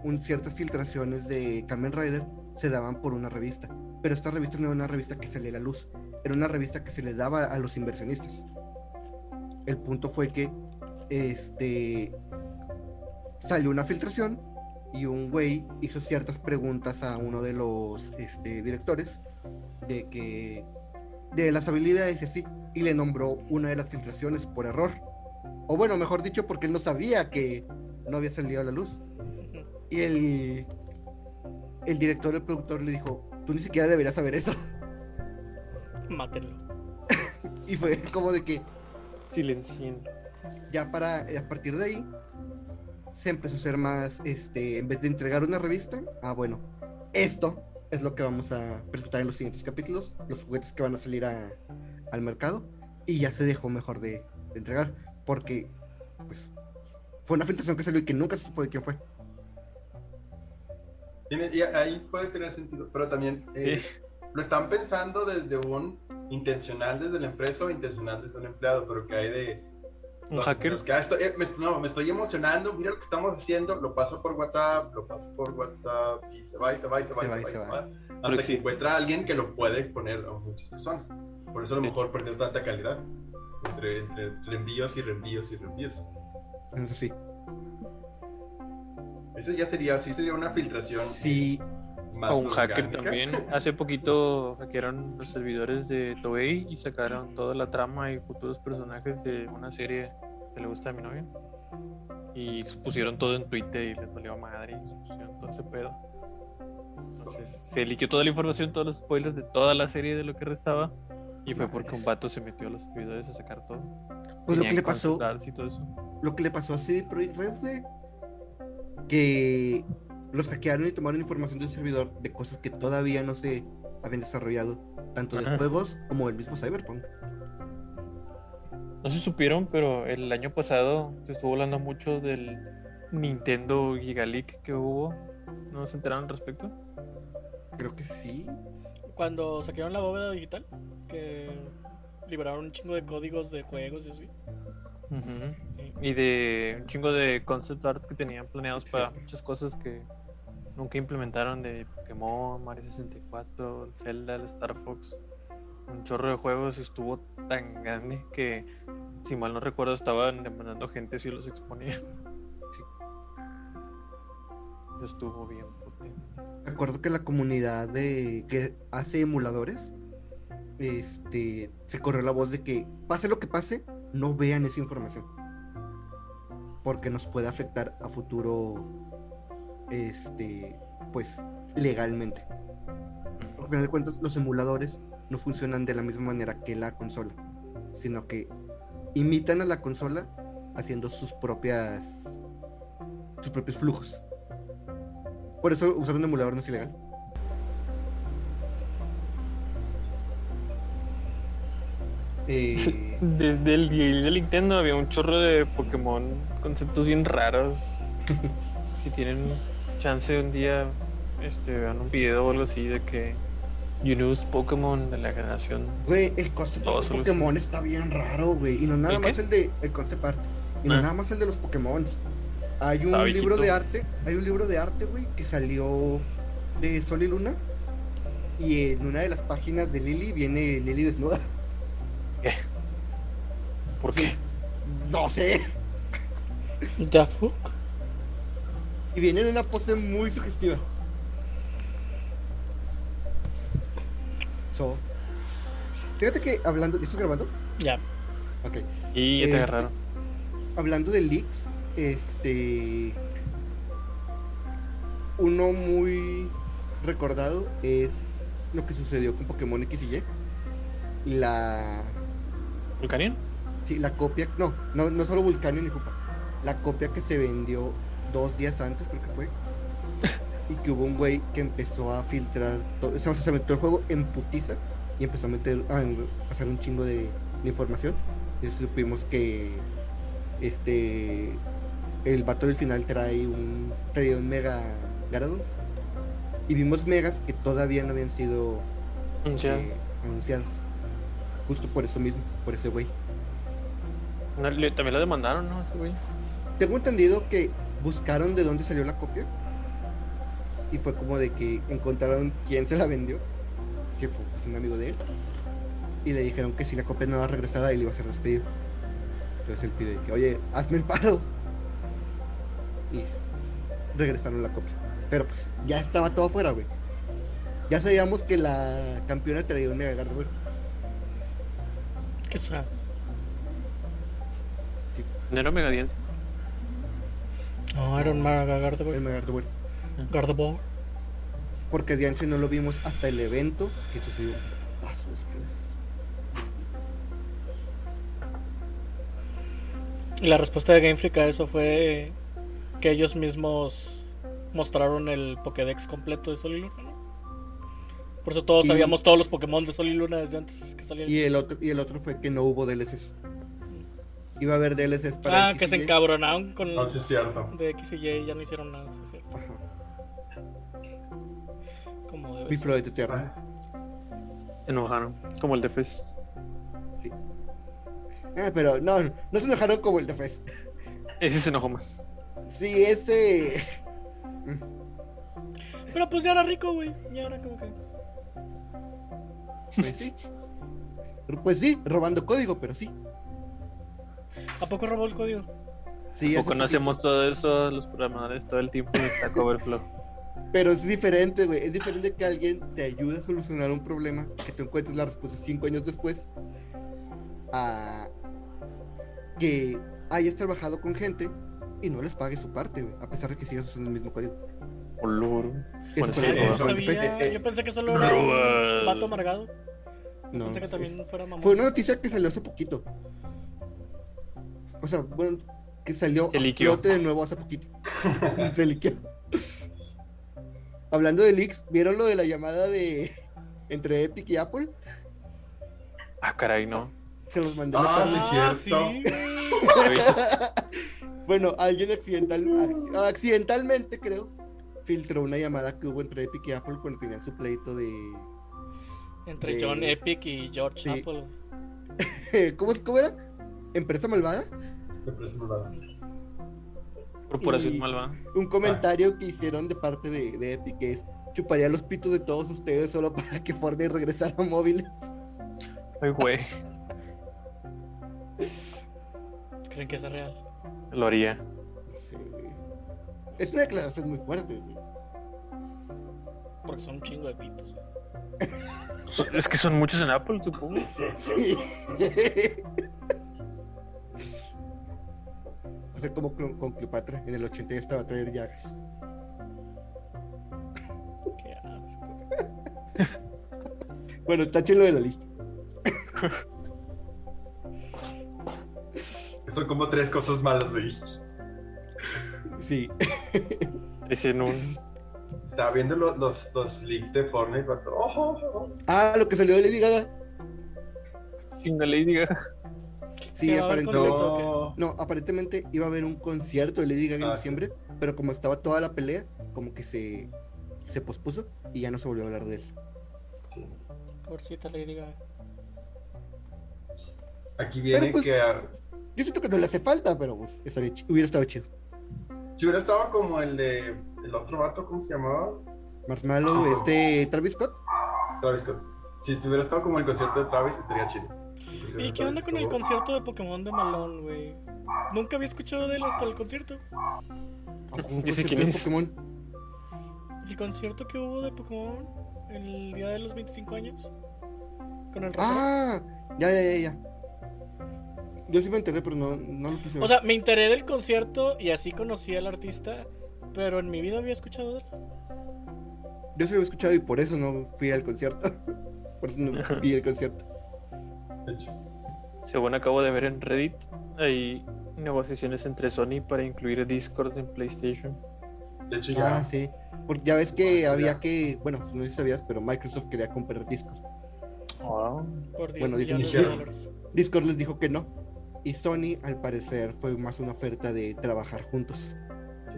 un, ciertas filtraciones de Kamen Rider se daban por una revista. Pero esta revista no era una revista que salía a la luz, era una revista que se le daba a los inversionistas. El punto fue que este salió una filtración y un güey hizo ciertas preguntas a uno de los este, directores de que de las habilidades y así y le nombró una de las filtraciones por error o bueno mejor dicho porque él no sabía que no había salido a la luz y el el director el productor le dijo tú ni siquiera deberías saber eso Mátenlo. y fue como de que Silencien. ya para a partir de ahí se empezó a hacer más este en vez de entregar una revista ah bueno esto es lo que vamos a presentar en los siguientes capítulos los juguetes que van a salir a- al mercado y ya se dejó mejor de, de entregar porque pues fue una filtración que salió y que nunca se supo de quién fue Tiene- y ahí puede tener sentido, pero también eh, lo están pensando desde un intencional desde la empresa o intencional desde un empleado, pero que hay de... Un los- hacker. los que, ah, estoy- eh, me, no, me estoy emocionando, mira lo que estamos haciendo, lo paso por WhatsApp, lo paso por WhatsApp y se va y se va y se va y se va. y se va, Pero hasta sí. que encuentra a alguien que lo puede poner a muchas personas. Por eso a lo mejor perdió tanta calidad. Entre, entre reenvíos y reenvíos y reenvíos. eso sí Eso ya sería, sí sería una filtración sí más O un hacker orgánica. también. Hace poquito hackearon los servidores de Toei y sacaron toda la trama y futuros personajes de una serie que le gusta a mi novia. Y expusieron todo en Twitter y les valió madre y expusieron todo ese pedo. Entonces se liqueó toda la información, todos los spoilers de toda la serie de lo que restaba. Y fue porque un vato se metió a los servidores a sacar todo. pues lo Tenían que le pasó consultas Y todo eso. lo que le pasó a CD Projekt Red, güey, que los hackearon y tomaron información del servidor de cosas que todavía no se habían desarrollado, tanto de Ajá. juegos como el mismo Cyberpunk. No se supieron, pero el año pasado se estuvo hablando mucho del Nintendo Giga Leak que hubo. ¿No se enteraron al respecto? Creo que sí. Cuando saquearon la bóveda digital, que liberaron un chingo de códigos de juegos y así. Y de un chingo de concept arts que tenían planeados para muchas cosas que nunca implementaron de Pokémon, Mario 64, el Zelda, el Star Fox. Un chorro de juegos estuvo tan grande que, si mal no recuerdo, estaban demandando gente si los exponía. Estuvo bien potente. Me acuerdo que la comunidad de que hace emuladores este se corrió la voz de que pase lo que pase, no vean esa información. Porque nos puede afectar a futuro este pues legalmente. Al final de cuentas, los emuladores no funcionan de la misma manera que la consola, sino que imitan a la consola haciendo sus propias sus propios flujos. Por eso usar un emulador no es ilegal. Eh, Desde el día del Nintendo había un chorro de Pokémon, conceptos bien raros. Si tienen chance un día, este, vean un video o algo así de que Unus Pokémon de la generación. Güey, el concept Todo art de solución. Pokémon está bien raro, güey. Y no nada ¿El más qué? el de el concept art. Y no Ah. nada más el de los Pokémon. Hay un Está libro de viejito. arte, hay un libro de arte, güey, que salió de Sol y Luna. Y en una de las páginas de Lily viene Lily desnuda. ¿Por qué? No sé. ¿The fuck? Y viene en una pose muy sugestiva. So. Fíjate que hablando. ¿Estás grabando? Ya. Ok. Y ya te Este, agarraron. Hablando de leaks, este. Uno muy recordado es lo que sucedió con Pokémon X y Y. La. ¿Vulcanian? Sí, la copia. No, no, no solo Vulcano ni Jupa. La copia que se vendió dos días antes, creo que fue. Y que hubo un güey que empezó a filtrar. Todo, o sea, se metió el juego en putiza y empezó a meter. A en- pasar un chingo de, de información. Y supimos que. Este. El vato del final trae un. Trae un Mega Gyarados. Y vimos megas que todavía no habían sido Mm, Ya. eh, anunciadas. Justo por eso mismo, por ese güey. No, le- también la demandaron, ¿no? Ese güey. Tengo entendido que buscaron de dónde salió la copia. Y fue como de que encontraron quién se la vendió. Que fue pues, un amigo de él. Y le dijeron que si la copia no era regresada, él iba a ser despedido. Entonces él pide que, oye, hazme el paro. Y s- regresaron la copia. Pero pues ya estaba todo afuera, güey. Ya sabíamos que la campeona traía un mega Gardevoir. ¿Qué sabe? No era Megadiense. No, era un Mega El Gardevoir. mega Gardevoir. Gardevoir. Porque Dianse no lo vimos hasta el evento que sucedió Ah, paso después. Y la respuesta de Game Freak a eso fue que ellos mismos mostraron el Pokédex completo de Sol y Luna, ¿no? Por eso todos Y- sabíamos todos los Pokémon de Sol y Luna desde antes que salieran. Y el otro, y el otro fue que no hubo DLCs. Iba a haber DLCs para Ah, que se XY. encabronaron con No, sí es cierto. de X y Y ya no hicieron nada, sí es cierto. Ajá. Como Mi debe ser. flor de tierra. Se enojaron. Como el de Fez. Ah, pero no, no se enojaron como el de Fez. Ese se enojó más. Sí, ese. Pero pues ya era rico, güey. Ya era como que. Pues sí. Pues sí, robando código, pero sí. ¿A poco robó el código? Sí, hace Poco no hacemos todo eso los programadores todo el tiempo de Stack Overflow. poquito. Pero es diferente, güey. Es diferente que alguien te ayude a solucionar un problema, que tú encuentres la respuesta cinco años después, a que hayas trabajado con gente y no les pagues su parte, güey, a pesar de que sigas usando el mismo código. Olor. Bueno, Eso sí, fue- no eso fue el de Fez. Ah, sabía. Yo pensé que solo era un Brua. vato amargado. No, pensé que es- también fuera mamón. Fue una noticia que salió hace poquito. O sea, bueno, que salió Se a liqueó. flote de nuevo hace poquito. Se liqueó. Hablando de leaks, ¿vieron lo de la llamada de entre Epic y Apple? Ah, caray, no. Se los mandé Ah, a sí, Carlos. Ah, cierto. sí. Bueno, alguien accidental, acc- accidentalmente creo, filtró una llamada que hubo entre Epic y Apple cuando tenían su pleito de Entre De- John Epic y George Sí. Apple. ¿Cómo es cómo era? ¿Empresa malvada? Me parece malvado. Corporación Y- malvada. un comentario que hicieron de parte de, de Epic que es chuparía los pitos de todos ustedes solo para que Fortnite regresara a móviles. Ay, güey. ¿Creen que es real? Lo haría. No sé, güey. Es una declaración muy fuerte, güey. Porque son un chingo de pitos. So- Es que son muchos en Apple, supongo. Sí. o sea, como con, con Cleopatra en el 80 ya estaba a traer llagas. Qué asco. Bueno, táchenlo de la lista. Son como tres cosas malas de ahí. Sí. Es en un. Estaba viendo lo- los, los leaks de Fortnite. vato. Ojo, ojo. Ah, lo que salió de Lady Gaga. Chinga Lady Gaga. Sí, ¿Qué va a haber aparentemente. concierto No. No, aparentemente iba a haber un concierto de Lady Gaga en Ah, sí. diciembre, pero como estaba toda la pelea, como que se, se pospuso y ya no se volvió a hablar de él. Sí. Pobrecita Lady Gaga. Aquí viene Pero, pues, que. ah, Yo siento que no le hace falta, pero pues, estaría ch- hubiera estado chido. Si hubiera estado como el de. El otro vato, ¿cómo se llamaba? Marshmallow, este Travis Scott. Travis Scott. Si hubiera estado como el concierto de Travis, estaría chido. pusieron, ¿Y qué onda entonces con el estuvo- concierto de Pokémon de Malón, güey? Nunca había escuchado de él hasta el concierto. Ah, Dice quién que es. Pokémon. El concierto que hubo de Pokémon el día de los 25 años. Con el rapero. Ah, ya, ya, ya, ya. Yo sí me enteré, pero no, no lo quise ver. O sea, me enteré del concierto y así conocí al artista, pero en mi vida había escuchado de él. Yo sí lo había escuchado y por eso no fui al concierto. Por eso no vi el concierto. de hecho. Según acabo de ver en Reddit, hay negociaciones entre Sony para incluir Discord en PlayStation. De hecho, ya. Ah, sí. Porque ya ves que Ya. había que, bueno, no sé si sabías, pero Microsoft quería comprar Discord. Wow. Por 10 Bueno, millones de dicen Michelle. dólares. Discord les dijo que no. Y Sony, al parecer, fue más una oferta de trabajar juntos. sí.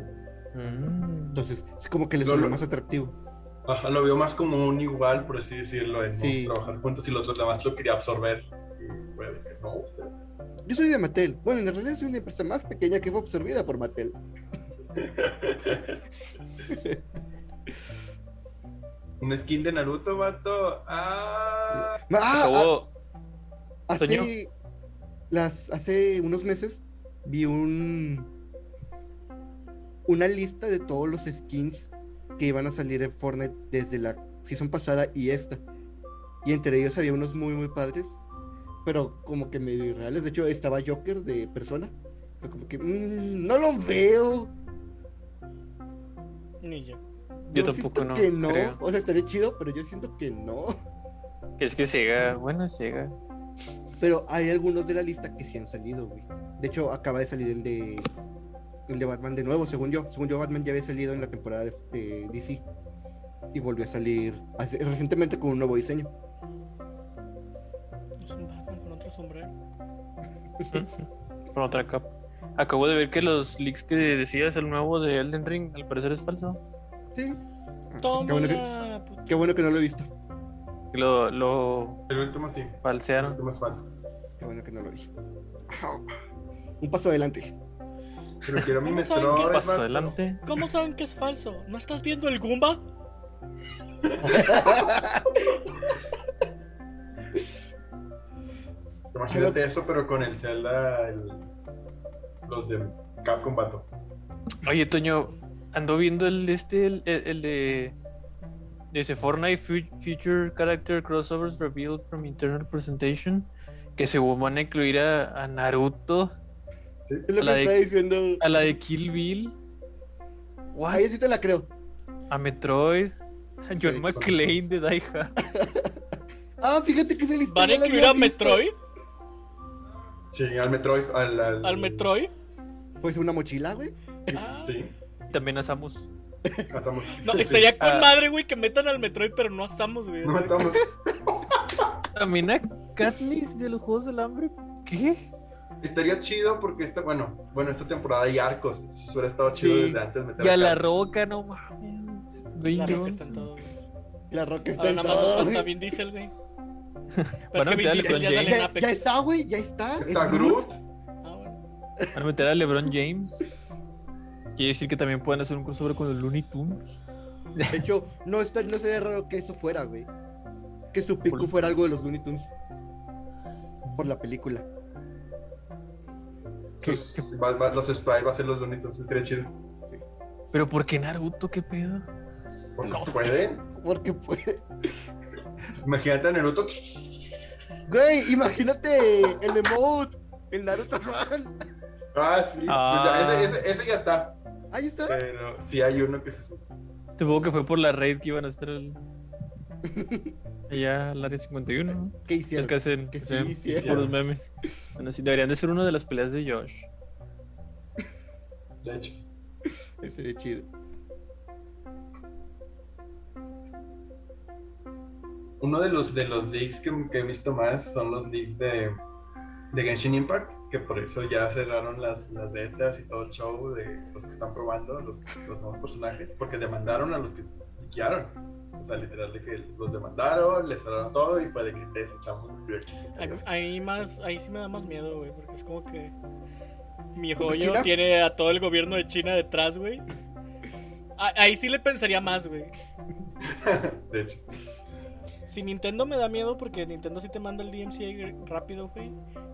Mm. Entonces, es como que les Lo- fue lo- más atractivo. Ajá, lo veo más como un igual, por así decirlo, en vamos Sí. a trabajar juntos y el otro nada más lo quería absorber. Y fue de que no. Yo soy de Mattel. Bueno, en realidad soy una empresa más pequeña que fue absorbida por Mattel. Un skin de Naruto, vato. Ah, Ma- ah, Acabó. ah, hace, Toño. las, hace unos meses vi un una lista de todos los skins que iban a salir en Fortnite desde la season pasada y esta. Y entre ellos había unos muy, muy padres, pero como que medio irreales. De hecho, estaba Joker de persona. Fue como que, "Mm, no lo veo. Ni yo. Yo siento tampoco no, Que no. creo. O sea, estaría chido, pero yo siento que no. Es que Sega, bueno, Sega. Pero hay algunos de la lista que sí han salido, güey. De hecho, acaba de salir el de el de Batman de nuevo, según yo. Según yo, Batman ya había salido en la temporada de, de DC. Y volvió a salir hace- recientemente con un nuevo diseño. Es un Batman con otro sombrero. Con otra capa. Acabo de ver que los leaks que decías, el nuevo de Elden Ring, al parecer es falso. Sí. Ah, Qué Toma bueno, que, la puta. qué bueno que no lo he visto. Lo, lo el último sí, el falsearon. último es falso. Qué bueno que no lo vi. Au. Un paso adelante. Pero quiero mi ¿Cómo saben Metroid, qué Paso vato. adelante. ¿Cómo saben que es falso? ¿No estás viendo el Goomba? Imagínate eso, pero con el Zelda, el- los de Capcom, vato. Oye, Toño, ando viendo el de este, el, el- el de. Dice Fortnite fu- Future Character Crossovers Revealed from Internal Presentation. Que se van a incluir a, a Naruto, ¿Sí? Es lo La que de- Ah, está diciendo. a la de Kill Bill. What? Ahí sí te la creo. A Metroid. A John Sí, McClane de Die Hard. Ah, fíjate que se lista. ¿Van a ya la incluir a había visto. Metroid? Sí, al Metroid, al... Al, ¿Al Metroid? Pues una mochila, güey. Ah. Sí, También a Samus. matamos. No, Sí. estaría con Ah. madre, güey, que metan al Metroid, pero no a Samus, güey. No matamos. También a Katniss de los Juegos del Hambre. ¿Qué? Estaría chido porque esta, bueno, bueno, esta temporada hay arcos. Entonces hubiera estado chido Sí. desde antes meter Y a acá. la roca, no mames. La Veinte roca está en onzas. todo. güey. La roca está Ahora en Ah, nada más nos todo. falta güey. Vin Diesel, güey. Pero es Van a que Vin meter a Diesel LeBron ya sale en Ya, James. Apex. ya está, güey, ya está. Está Es Groot. Ah, bueno. Van a meter a LeBron James. Quiere decir que también pueden hacer un crossover con los Looney Tunes. De hecho, no, está, no sería raro que eso fuera, güey. Que su pico Por- fuera algo de los Looney Tunes. Por la película. Sus- va- va- los sprites va a ser los bonitos. Estaría chido. Pero ¿por qué Naruto? ¿Qué pedo? Porque No. pueden. Porque, pues. Imagínate a Naruto. Güey, imagínate el emote. El Naruto Run. Ah, sí. Ah. Pues ya, ese, ese, ese ya está. Ahí está. Pero sí hay uno que se sube. Supongo que fue por la raid que iban a hacer el... allá al área 51. ¿no? ¿Qué Es hicieron? que hacen, que sí hacen hicieron. puros memes. Bueno, sí, deberían de ser una de las peleas de Josh. De hecho. Estaría chido. Uno de los, de los leaks que, que he visto más son los leaks de, de Genshin Impact, que por eso ya cerraron las, las betas y todo el show de los que están probando, los, los nuevos personajes, porque demandaron a los que liquearon. O sea, literal, de que los demandaron, les cerraron todo y fue de que desechamos el pues. proyecto. Ahí- Entonces, Ahí, más, ahí sí me da más miedo, güey, porque es como que mi ¿Como joyo China? tiene a todo el gobierno de China detrás, güey. A- Ahí sí le pensaría más, güey. de hecho, Si Nintendo me da miedo porque Nintendo sí te manda el DMCA rápido, güey.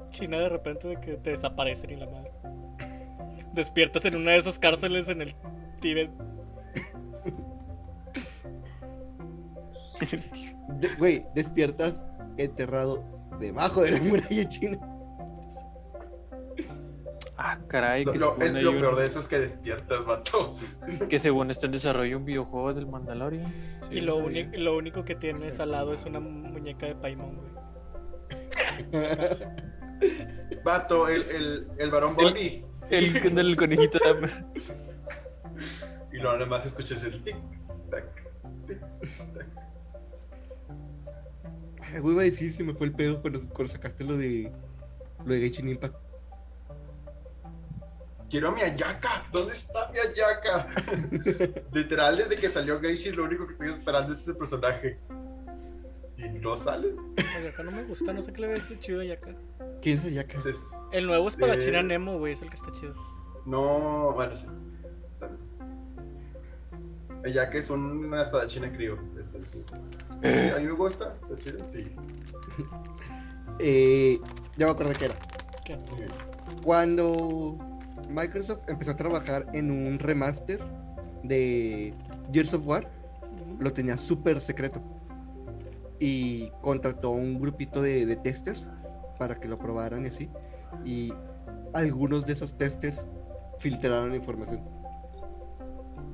China de repente de que te desaparecen y la madre. Despiertas en una de esas cárceles en el Tíbet. De- Güey, despiertas enterrado debajo de la muralla china. Ah, caray, Lo, que, lo- según eh, hay lo un- peor de eso es que despiertas, vato. que según está en desarrollo un videojuego del Mandalorian. Sí, y lo, sabía. uni- lo único que tienes al lado es una muñeca de Paimon, güey. Vato, el, el, el varón Bobby. El del conejito también. Y lo nada más escuchas el tic, tac. Ay, Güey, iba a decir si me fue el pedo cuando, cuando sacaste lo de. Lo de Genshin Impact. Quiero a mi Ayaka. ¿Dónde está mi Ayaka? Literal, desde que salió Geishi, lo único que estoy esperando es ese personaje. Y no sale. Oye, acá Pues no me gusta, no sé qué le ves de chido y acá. ¿Quién es Ayaka? Entonces, El nuevo es para China Eh. Nemo, güey, es el que está chido. no. Bueno, sí. también. Ayaka es una espadachina crío. Entonces, sí, a mí me gusta. Está chido. Sí. Eh, ya me acuerdo que era. Muy bien. Cuando Microsoft empezó a trabajar en un remaster de Gears of War, lo tenía súper secreto. Y contrató a un grupito de, de testers para que lo probaran y así. Y algunos de esos testers filtraron la información.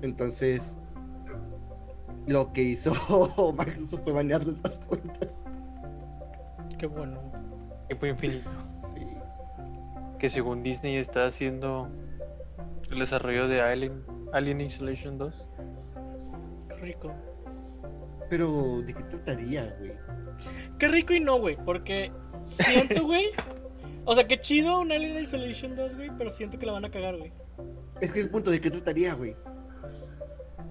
Entonces, lo que hizo Microsoft fue banearle las cuentas. Qué bueno. güey. Tiempo infinito. Que según Disney está haciendo el desarrollo de Alien, Alien Isolation 2. Qué rico. Pero, ¿de qué trataría, güey? Qué rico y no, güey, porque siento, güey. O sea, qué chido un Alien Isolation 2, güey, pero siento que la van a cagar, güey. Es que el punto, ¿de qué trataría, güey?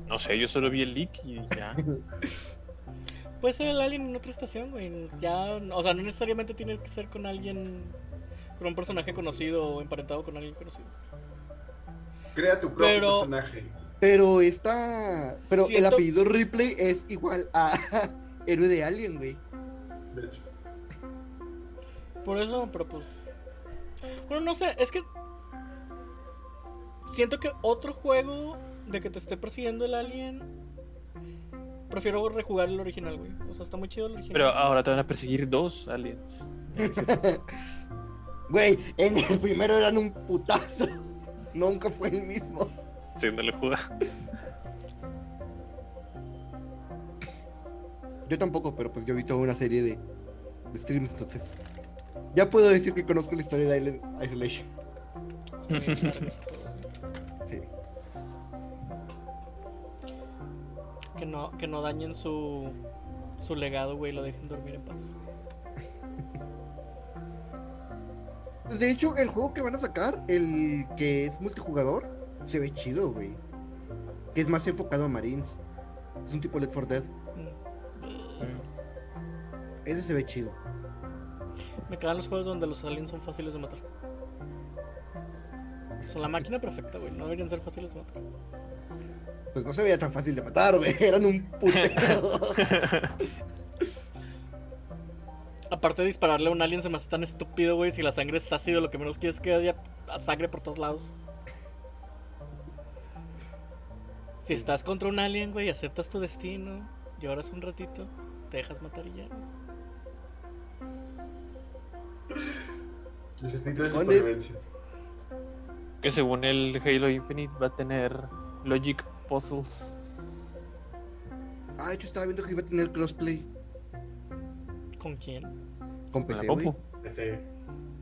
No sé, yo solo vi el leak y ya. Puede ser el Alien en otra estación, güey. Ya, o sea, no necesariamente tiene que ser con alguien. Con un personaje conocido o emparentado con alguien conocido. Crea tu propio Pero- personaje. Pero está. Pero el Siento- apellido Ripley es igual a héroe de Alien, güey. De hecho. Por eso, pero pues. Bueno, no sé, es que. Siento que otro juego de que te esté persiguiendo el Alien. Prefiero rejugar el original, güey. O sea, está muy chido el original. Pero ah, ahora te van a perseguir dos aliens. Güey, en el primero eran un putazo. Nunca fue el mismo. Si no le juega. Yo tampoco, pero pues yo vi toda una serie de, de streams, entonces. Ya puedo decir que conozco la historia de Alien Isolation. Sí. Que no, que no dañen su, su legado, güey, lo dejen dormir en paz. Pues de hecho, el juego que van a sacar, el que es multijugador, se ve chido, güey. Que es más enfocado a Marines. Es un tipo Left 4 Dead. Mm. Ese se ve chido. Me cagan los juegos donde los aliens son fáciles de matar. Son la máquina perfecta, güey. No deberían ser fáciles de matar. Pues no se veía tan fácil de matar, güey. Eran un putero. Aparte de dispararle a un alien se me hace tan estúpido, güey. Si la sangre es ácido, lo que menos quieres es que haya sangre por todos lados. Si estás contra un alien, güey, aceptas tu destino, lloras un ratito, te dejas matar y ya. güey. Es instinto de ¿Escondes? supervivencia. Que según el Halo Infinite va a tener Logic Puzzles. ah, de hecho, estaba viendo que iba a tener crossplay ¿Con quién? con Para PC, Pues güey. compu. Ese.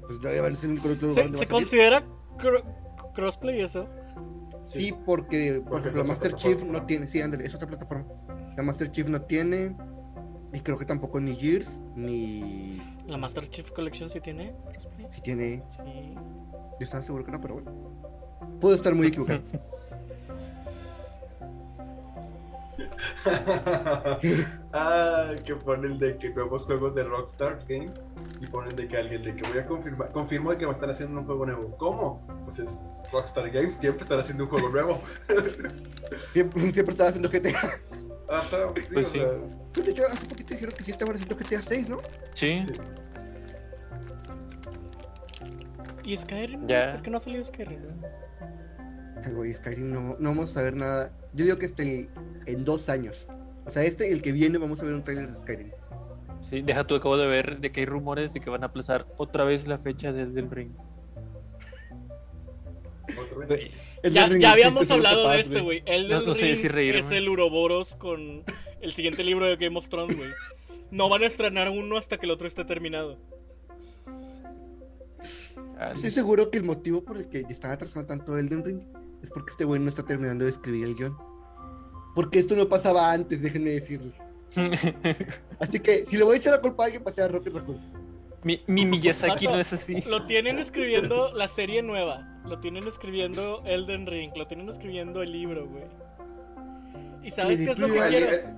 Pues ya van a ser en otro lugar ¿Se, se donde va a salir. considera cro- crossplay eso? Sí, porque, por Porque es ejemplo, otra Master plataforma. Chief no tiene. Sí, ándale, es otra plataforma. La Master Chief no tiene. Y creo que tampoco ni Gears, ni. ¿La Master Chief Collection sí tiene crossplay? Si tiene. Sí. Yo estaba seguro que no, pero bueno. Puedo estar muy equivocado. ah, que ponen de que nuevos juegos de Rockstar Games y ponen de que alguien de que voy a confirmar, confirmo de que me están haciendo un juego nuevo. ¿Cómo? Pues es Rockstar Games, siempre están haciendo un juego nuevo. Siempre, siempre estaba haciendo GTA. Ajá, sí, Pues o sí. sea, Pues de hecho, hace poquito dijeron que sí estaba haciendo GTA 6, ¿no? Sí, Sí. ¿Y Skyrim? Ya. ¿Por qué no ha salido Skyrim? Ay, güey, Skyrim no, no vamos a ver nada. Yo digo que este en dos años. O sea, este y el que viene vamos a ver un trailer de Skyrim. sí. Deja tú, acabo de ver de que hay rumores de que van a aplazar otra vez la fecha de Elden Ring. Otra vez. Güey, Ya, Elden Ring ya existe, habíamos somos hablado de papás, esto, güey. El No- no sé si reírme. es el Uroboros con el siguiente libro de Game of Thrones, güey. No van a estrenar uno hasta que el otro esté terminado. Ah, Estoy sí. seguro que el motivo por el que estaba atrasado tanto Elden Ring es porque este güey no está terminando de escribir el guión. Porque esto no pasaba antes, déjenme decirles. Así que si le voy a echar la culpa a alguien, pasé a Rocket Raccoon. mi, mi Miyazaki Vato, no es así. Lo tienen escribiendo la serie nueva. Lo tienen escribiendo Elden Ring. Lo tienen escribiendo el libro, güey. ¿Y sabes qué es lo que Digo, el, quiero? el-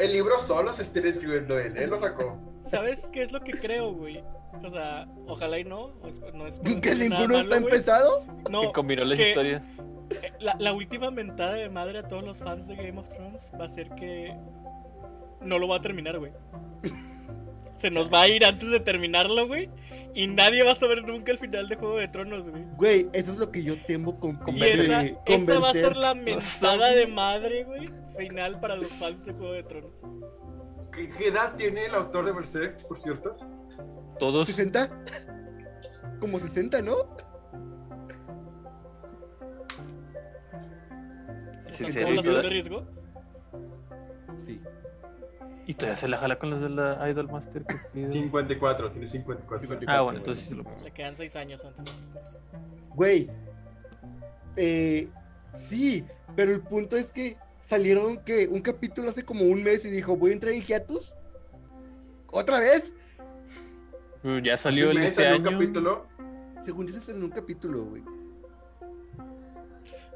el libro solo se está escribiendo él, él lo sacó. ¿Sabes qué es lo que creo, güey? O sea, ojalá y no. pues, no es por Que decirle nada ninguno está malo, güey. empezado. Que No, combinó las que- historias. eh, la, la última mentada de madre a todos los fans de Game of Thrones va a ser que no lo va a terminar, güey. Se nos va a ir antes de terminarlo, güey. Y nadie va a saber nunca el final de Juego de Tronos, güey. Güey, eso es lo que yo temo con Y esa, esa va a ser la mentada Los- de madre, güey. Final para los fans de Juego de Tronos. ¿Qué, qué edad tiene el autor de Berserk, por cierto? Todos. ¿60? Como 60, ¿no? O Sí, sea, sí, población toda- de riesgo. Sí. Y todavía se la jala con los de la Idol Master. qué pedo. 54, tiene 54. 54, Ah, bueno, entonces sí se lo Le quedan seis años antes de hacer Güey. Eh, sí, pero el punto es que salieron que un capítulo hace como un mes y dijo, voy a entrar en hiatus. ¿Otra vez? Pues Ya Hace salió un el mes este salió un año. capítulo. Según yo, se estrenó un capítulo, güey.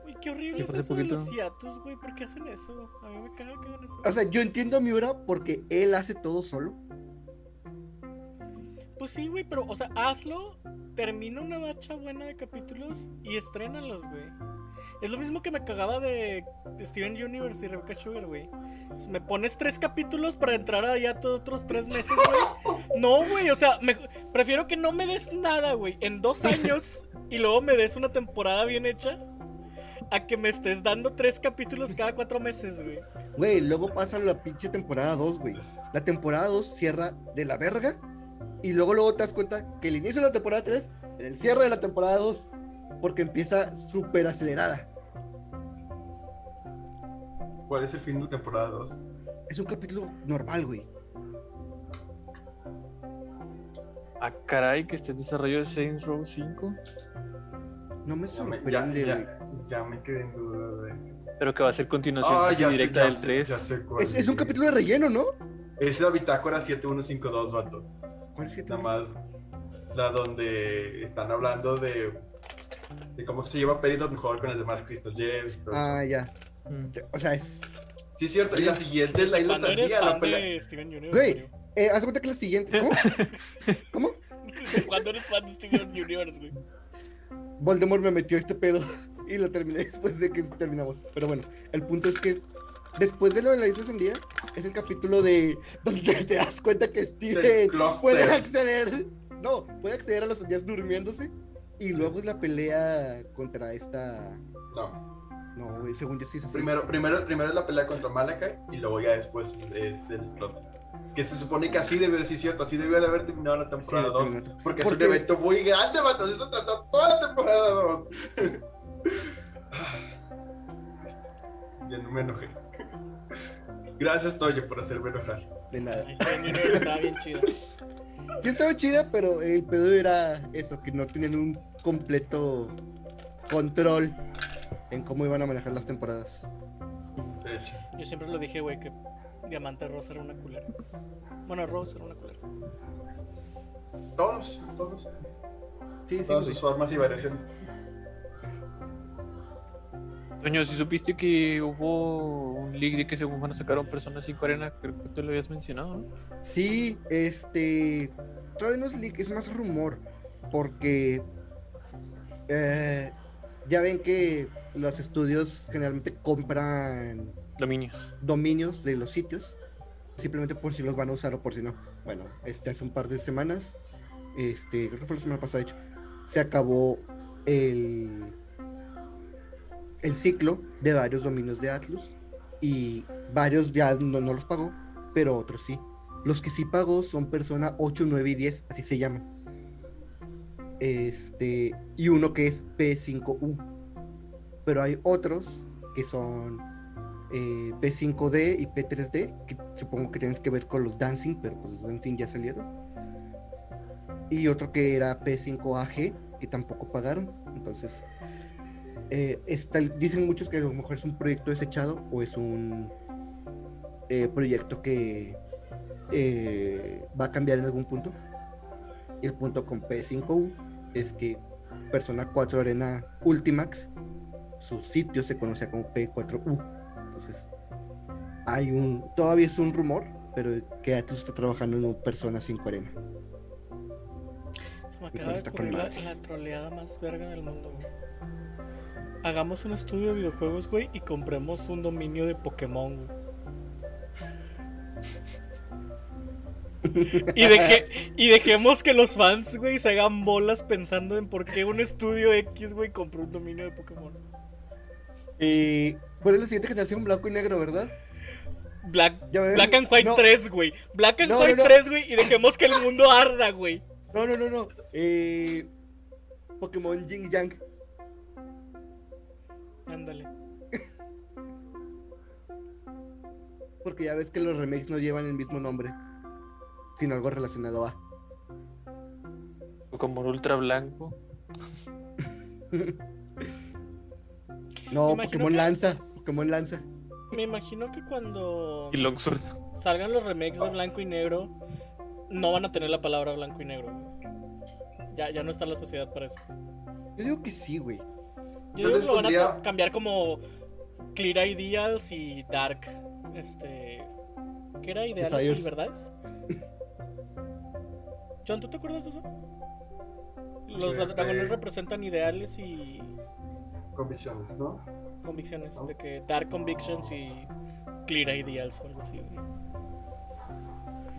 Uy, qué horrible ¿Qué es fue hace eso de los poquito? hiatus, güey. ¿Por qué hacen eso? A mí me caga que hagan eso. O sea, yo entiendo a Miura porque él hace todo solo. Pues sí, güey, pero, o sea, hazlo, termina una bacha buena de capítulos y estrénalos, güey. Es lo mismo que me cagaba de de Steven Universe y Rebecca Sugar, güey. Si Me pones tres capítulos para entrar allá todos otros tres meses, güey. No, güey, o sea, me- prefiero que no me des nada, güey, en dos años y luego me des una temporada bien hecha a que me estés dando tres capítulos cada cuatro meses, güey. Güey, luego pasa la pinche temporada 2, güey. La temporada 2 cierra de la verga. Y luego, luego te das cuenta que el inicio de la temporada 3, en el cierre de la temporada 2, porque empieza súper acelerada. ¿Cuál es el fin de temporada 2? Es un capítulo normal, güey. Ah, caray, que esté en desarrollo de Saints Row 5. No me Ya, me- ya, sorprende, güey. ya- ya me quedé en duda de. Pero que va a ser continuación Ah, casi ya sé, directa ya del sé, 3. ya sé cuál Es, es un capítulo de relleno, ¿no? Es la bitácora 7152, vato. ¿Cuál es siete Nada meses? más la donde están hablando de, de cómo se lleva Peridot mejor con el demás Crystal James. y todo eso. Ah, ya. Mm. O sea, es. Sí, es cierto. Y la siguiente es la isla Cuando eres Sandía, la fan pelea. de Steven Universe, Güey. Mario. Eh, haz de cuenta que la siguiente. ¿Cómo? ¿Cómo? Cuando eres fan de Steven Universe, güey. Voldemort me metió este pedo y lo terminé después de que terminamos. Pero bueno, el punto es que después de lo de la isla sandía, es el capítulo de donde te das cuenta que Del Steven puede clúster. acceder. No, puede acceder a los sandías durmiéndose. Y luego es la pelea contra esta. No, No, güey, según yo sí es así. primero, primero, primero es la pelea contra Malakai y luego ya después es el clúster. Que se supone que así debió, sí, es cierto, así debió de haber terminado la Sí, temporada 2. terminó. Porque Porque- es un evento muy grande, vato. Eso trató toda la temporada 2. Este, ya no me enojé. Gracias, Toyo, por hacerme enojar. De nada. Ay, Steven Universe estaba bien chido. Sí estaba chida, pero el pedo era eso, que no tenían un completo control en cómo iban a manejar las temporadas. De hecho, Yo siempre lo dije, güey, que Diamante Rosa era una culera. Bueno, Rose era una culera. todos, todos. Sí, sí. Todas güey. sus formas y variaciones. Toño, si supiste que hubo un leak de que según van a sacar un Persona 5 Arena, creo que te lo habías mencionado, ¿no? Sí, este. Todavía no es leak, es más rumor. Porque. eh, ya ven que los estudios generalmente compran Dominio. dominios de los sitios. simplemente por si los van a usar o por si no. Bueno, este hace un par de semanas, este, creo que fue la semana pasada, de hecho, se acabó el, el ciclo de varios dominios de Atlus y varios ya no, no los pagó, pero otros sí. Los que sí pagó son persona 8, 9 y 10, así se llaman. Este, y uno que es P5U. Pero hay otros que son eh, P5D y P3D, que supongo que tienes que ver con los Dancing, pero pues los Dancing ya salieron. Y otro que era P5AG, que tampoco pagaron. Entonces, eh, está- dicen muchos que a lo mejor es un proyecto desechado o es un eh, proyecto que eh, va a cambiar en algún punto. Y el punto con P5U es que Persona 4 Arena Ultimax, su sitio se conoce como P4U. Entonces, hay un. Todavía es un rumor, pero que Atlus está trabajando en un Persona 5 Arena. Se me acaba de Está con ocurrir la, madre. la troleada más verga del mundo, güey. Hagamos un estudio de videojuegos, güey, y compremos un dominio de Pokémon, güey. Y, deje- y dejemos que los fans, güey, se hagan bolas pensando en por qué un estudio X, güey, compró un dominio de Pokémon. Y. Bueno, es la siguiente generación blanco y negro, ¿verdad? Black, Ya ven, Black and White no. 3, güey. Black and No, White no, no. 3, güey, y dejemos que el mundo arda, güey. No, no, no, no. Eh, Pokémon Jing Yang. Ándale. Porque ya ves que los remakes no llevan el mismo nombre. Sino algo relacionado a. Como un ultra blanco. no, Imagino Pokémon que- Lanza. Pokémon Lanza. Me imagino que cuando... Y Longsword. salgan los remakes de blanco y negro, no van a tener la palabra blanco y negro. güey. Ya, ya no está la sociedad para eso. Yo digo que sí, güey. Yo Yo digo les que lo van a pondría- ca- cambiar como Clear Ideals y Dark. Este. ¿Qué era Ideales y Desires. Verdades? John, ¿tú te acuerdas de eso? Los Eh, dragones eh. representan ideales y Convicciones, ¿no? convicciones. De que Dark Convictions y Clear Ideals o algo así. güey.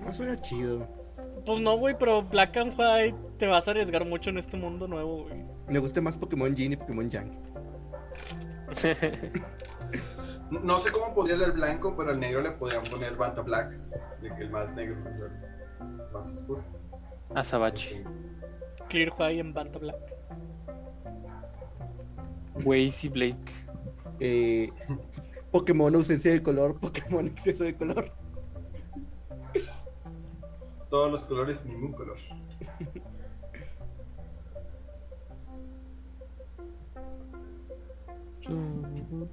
No suena chido. Pues no, güey, pero Black and White te vas a arriesgar mucho en este mundo nuevo, güey. Me gusta más Pokémon Jin y Pokémon Yang. No- No sé cómo podría el blanco, pero al negro le podrían poner Banta Black, de que el más negro, o sea, el más oscuro. Azabache. Clear White en Banta Black. Waze y Blake. Eh, Pokémon ausencia de color, Pokémon exceso de color. Todos los colores, ningún color.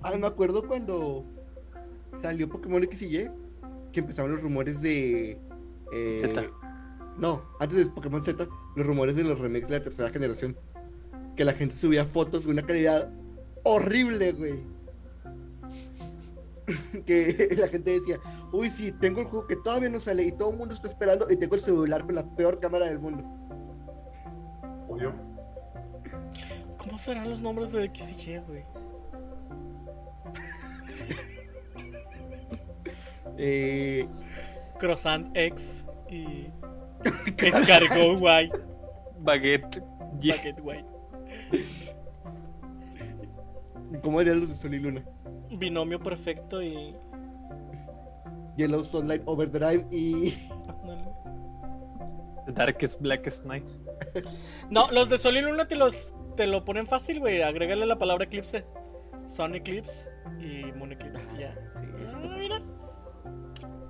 Ah, me acuerdo cuando salió Pokémon X y Y, que empezaron los rumores de. eh, Zeta. No, antes de Pokémon Z, los rumores de los remakes de la tercera generación. Que la gente subía fotos de una calidad horrible, güey. que la gente decía, uy, sí, tengo el juego que todavía no sale y todo el mundo está esperando y tengo el celular con la peor cámara del mundo. Obvio. ¿Cómo serán los nombres de X y Y, güey? Eh, Croissant X y. Escargot White. Baguette. Ye- Packet White. ¿Cómo eran los de Sol y Luna? Binomio perfecto y. Yellow Sunlight Overdrive y... ándale. The Darkest, Blackest Night. No, los de Sol y Luna te los te lo ponen fácil, güey. Agrégale la palabra eclipse. Sun Eclipse y Moon Eclipse. y Ya. Sí, esto- Ah, mira.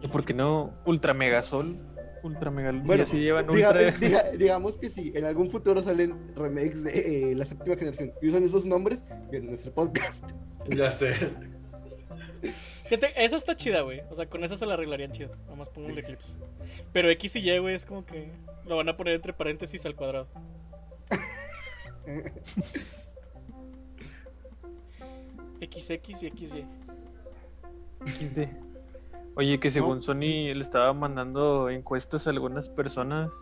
¿Y por qué no Ultra Megasol? Ultra Megasol. Bueno, si así llevan diga- eh, Ultra. diga- digamos que si en algún futuro salen remakes de eh, la séptima generación y usan esos nombres, vienen nuestro podcast. Ya sé. Fíjate, esa está chida, güey. O sea, con esa se la arreglarían chido. Nomás pongo el eclipse. Pero X y Y, güey, es como que lo van a poner entre paréntesis al cuadrado. XX y XY. XD. Oye, que según Sony le estaba mandando encuestas a algunas personas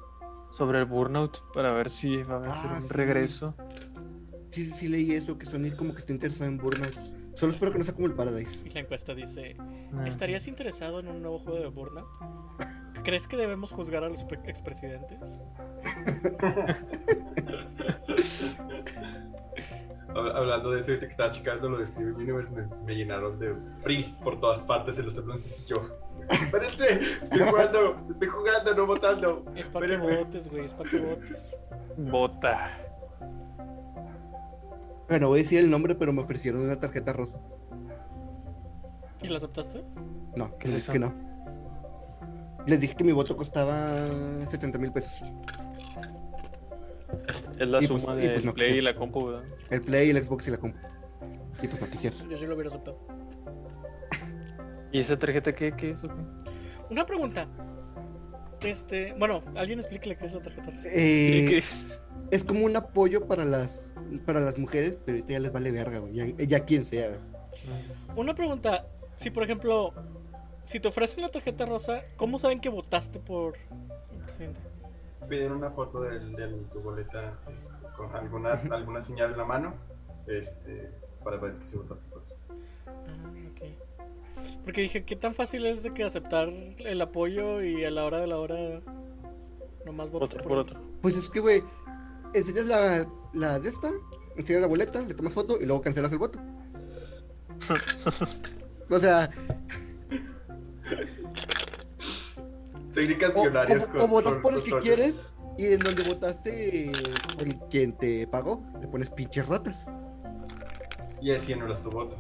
sobre el burnout para ver si va a haber Ah, un sí. regreso. Sí, sí leí eso, que Sony como que está interesado en Burnout. Solo espero que no sea como el Paradise. Y la encuesta dice: Ah, ¿Estarías interesado en un nuevo juego de Burnout? ¿Crees que debemos juzgar a los pre- expresidentes? Hab- Hablando de eso, ahorita que estaba checando lo de Steven Universe, me, me llenaron de free por todas partes en los anuncios y yo. Espérense, estoy jugando, estoy jugando, no votando. Es para que Espérenme. votes, güey, es para que votes. Bota. Bueno, voy a decir el nombre, pero me ofrecieron una tarjeta rosa. ¿Y lo aceptaste? No, ¿Qué es les dije eso? que no. Les dije que mi voto costaba 70 mil pesos. Es la Y pues- suma y del pues no Play quise. y la compu, ¿verdad? El Play, el Xbox y la compu. Y pues no quisiera. Yo sí lo hubiera aceptado. ¿Y esa tarjeta qué, qué es? o qué? Una pregunta. Este, bueno, alguien explíquele qué es la tarjeta rosa. Eh, ¿Qué es? es como un apoyo para las para las mujeres, pero ahorita ya les vale verga, güey. Ya, ya quien sea, güey. Una pregunta, si por ejemplo, si te ofrecen la tarjeta rosa, ¿cómo saben que votaste por el presidente? Piden una foto del- de tu boleta este, con alguna, alguna señal en la mano este, para ver si votaste por eso. Ah, ok. Porque dije, ¿qué tan fácil es de que aceptar el apoyo y a la hora de la hora nomás votas Otro por otro. Pues es que, güey, enseñas la, la de esta, enseñas la boleta, le tomas foto y luego cancelas el voto. O sea, Técnicas o, pionarias o- con- o votas con por el que control. quieres y en donde votaste por el quien te pagó, le pones pinches ratas. Y así anulas tu voto.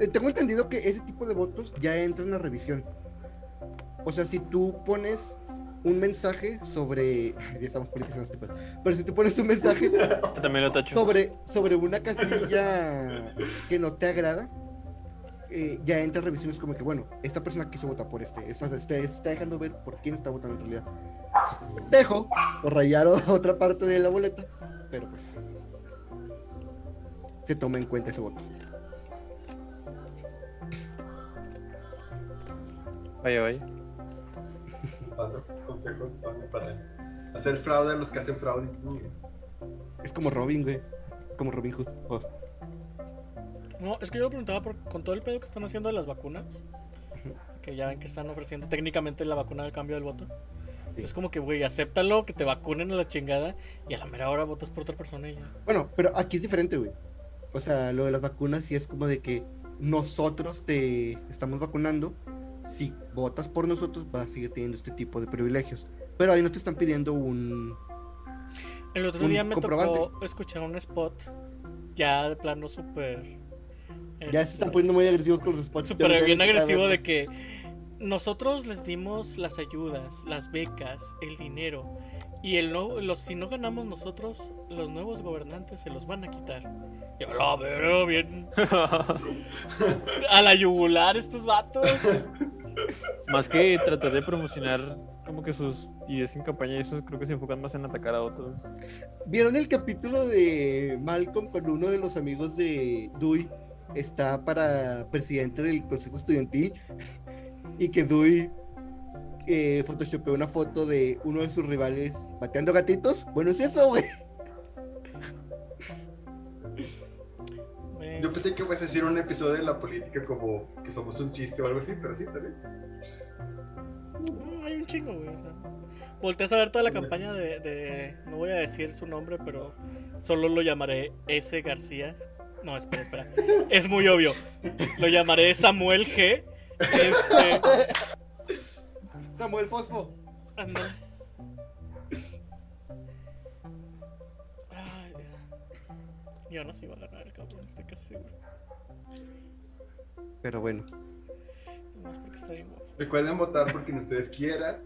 Eh, tengo entendido que ese tipo de votos ya entran a revisión. O sea, si tú pones un mensaje sobre. Ya estamos politizando este pedo. Pero si tú pones un mensaje Yo También lo tacho. sobre, sobre una casilla que no te agrada, eh, ya entra revisiones como que, bueno, esta persona quiso votar por este, esta se está, está dejando ver por quién está votando en realidad. Dejo o rayar o- otra parte de la boleta, pero pues se toma en cuenta ese voto. Vaya, vaya. Dando consejos dando para hacer fraude a los que hacen fraude. Es como Robin, güey. Como Robin Hood. Oh. No, es que yo lo preguntaba por, con todo el pedo que están haciendo de las vacunas, que ya ven que están ofreciendo técnicamente la vacuna del cambio del voto. Sí. Es como que, güey, acéptalo, que te vacunen a la chingada y a la mera hora votas por otra persona y ya. Bueno, pero aquí es diferente, güey. O sea, lo de las vacunas sí es como de que nosotros te estamos vacunando. Si votas por nosotros, vas a seguir teniendo este tipo de privilegios. Pero ahí no te están pidiendo un. El otro Un día me tocó comprobante. escuchar un spot ya de plano súper. Ya se este, están poniendo muy agresivos con los spots. Ya Súper no bien tienen agresivo de verlos. que nosotros les dimos las ayudas, las becas, el dinero. Y el no, los, si no ganamos nosotros, los nuevos gobernantes se los van a quitar. Yo lo veo bien. A la yugular estos vatos. más que tratar de promocionar como que sus ideas en campaña y eso creo que se enfocan más en atacar a otros. ¿Vieron el capítulo de Malcolm con uno de los amigos de Dewey? Está para presidente del consejo estudiantil y que Dewey eh, photoshopeó una foto de uno de sus rivales bateando gatitos. Bueno, es eso, güey. Bueno, Yo pensé que ibas a decir un episodio de la política como que somos un chiste o algo así, pero sí, también. mm, hay un chingo, güey. o sea. Volteas a ver toda la campaña de, de- No voy a decir su nombre, pero solo lo llamaré S. García. No, espera, espera. Es muy obvio. Lo llamaré Samuel G. Este. Samuel Fosfo. Ándale. Ay, Dios. Yo no sé iba a ganar el cabrón, estoy casi seguro. Pero bueno, Nomás porque está bien guapo. Recuerden votar por quien ustedes quieran.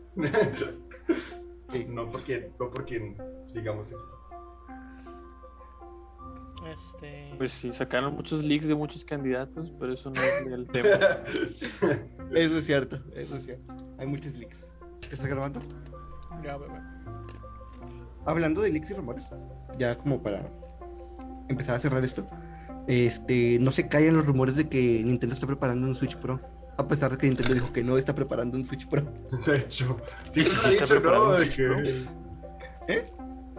sí. no, por quien, no por quien, digamos. Este. Pues sí, sacaron muchos leaks de muchos candidatos, pero eso no es el tema. Eso es cierto, eso es cierto. Hay muchos leaks. ¿Estás grabando? Ya, bebé. Hablando de leaks y rumores, ya como para empezar a cerrar esto, este, no se callan los rumores de que Nintendo está preparando un Switch Pro. A pesar de que Nintendo dijo que no está preparando un Switch Pro. De hecho, ¿Y si sí siempre lo he está dicho, preparando ¿no? un De Switch Pro? ¿Eh?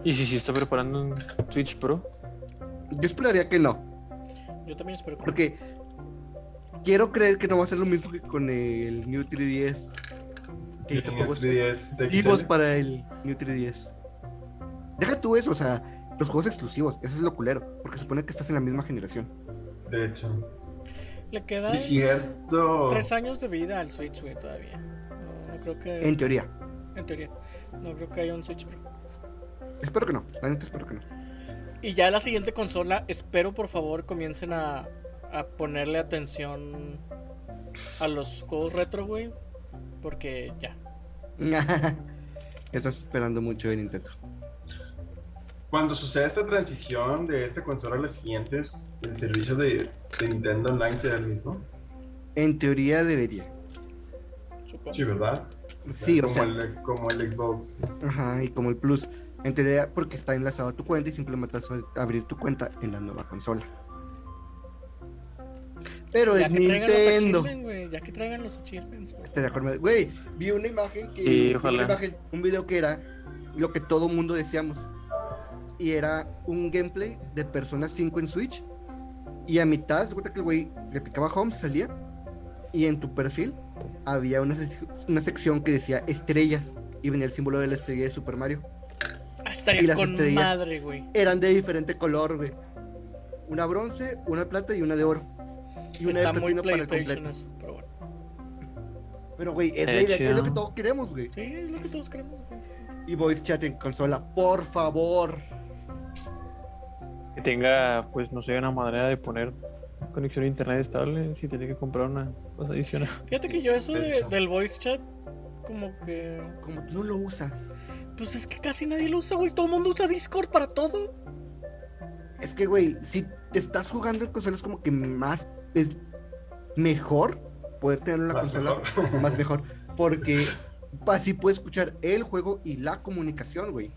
¿Y si sí está preparando un Twitch Pro? Yo esperaría que no. Yo también espero que no. Porque quiero creer que no va a ser lo mismo que con el New 3DS. Que Yo hizo tenía juegos 3DS XL. exclusivos para el New 3DS. Deja tú eso, o sea, los juegos exclusivos, eso es lo culero, porque supone que estás en la misma generación. De hecho. Le quedan Sí, cierto. tres años de vida al Switch, güey, todavía. No, no creo que. En En... teoría. teoría. No creo que haya un Switch Pro. Espero que no, la neta espero que no. Y ya la siguiente consola, espero por favor comiencen a, a ponerle atención a los juegos retro, güey. Porque ya. Estás esperando mucho de Nintendo. Cuando suceda esta transición de esta consola a las siguientes, ¿el servicio de, de Nintendo Online será el mismo? En teoría debería. Supongo. Sí, ¿verdad? Sí, o como sea, El, como el Xbox. ajá, y como el Plus. En teoría, porque está enlazado a tu cuenta y simplemente vas a abrir tu cuenta en la nueva consola. Pero Ya es que traigan los Nintendo. achievements, güey, Ya que traigan los achievements, güey. Estaría con madre. Güey, vi una imagen que. Sí, vi una ojalá. imagen, un video que era lo que todo mundo deseamos. Y era un gameplay de Persona 5 en Switch. Y a mitad, se cuenta que el güey le picaba home, salía. Y en tu perfil había una, sec- una sección que decía estrellas. Y venía el símbolo de la estrella de Super Mario. Ah, y estaría las con estrellas. madre, güey. Eran de diferente color, güey. Una bronce, una plata y una de oro. Y una Está de muy platino para el PlayStation completo. eso, pero bueno. Pero, güey, es, Qué la idea, es lo Eh, chido. que todos queremos, güey. Sí, es lo que todos queremos, güey. Y voice chat en consola, por favor. Que tenga, pues, no sé, una manera de poner conexión a internet estable si tiene que comprar una cosa adicional. Fíjate que yo eso De de- hecho. del voice chat, como que... Como tú no lo usas. Pues es que casi nadie lo usa, güey. Todo el mundo usa Discord para todo. Es que, güey, si te estás jugando en consola es como que más es mejor poder tener una Más consola mejor. más mejor. Porque así puedes escuchar el juego y la comunicación, güey.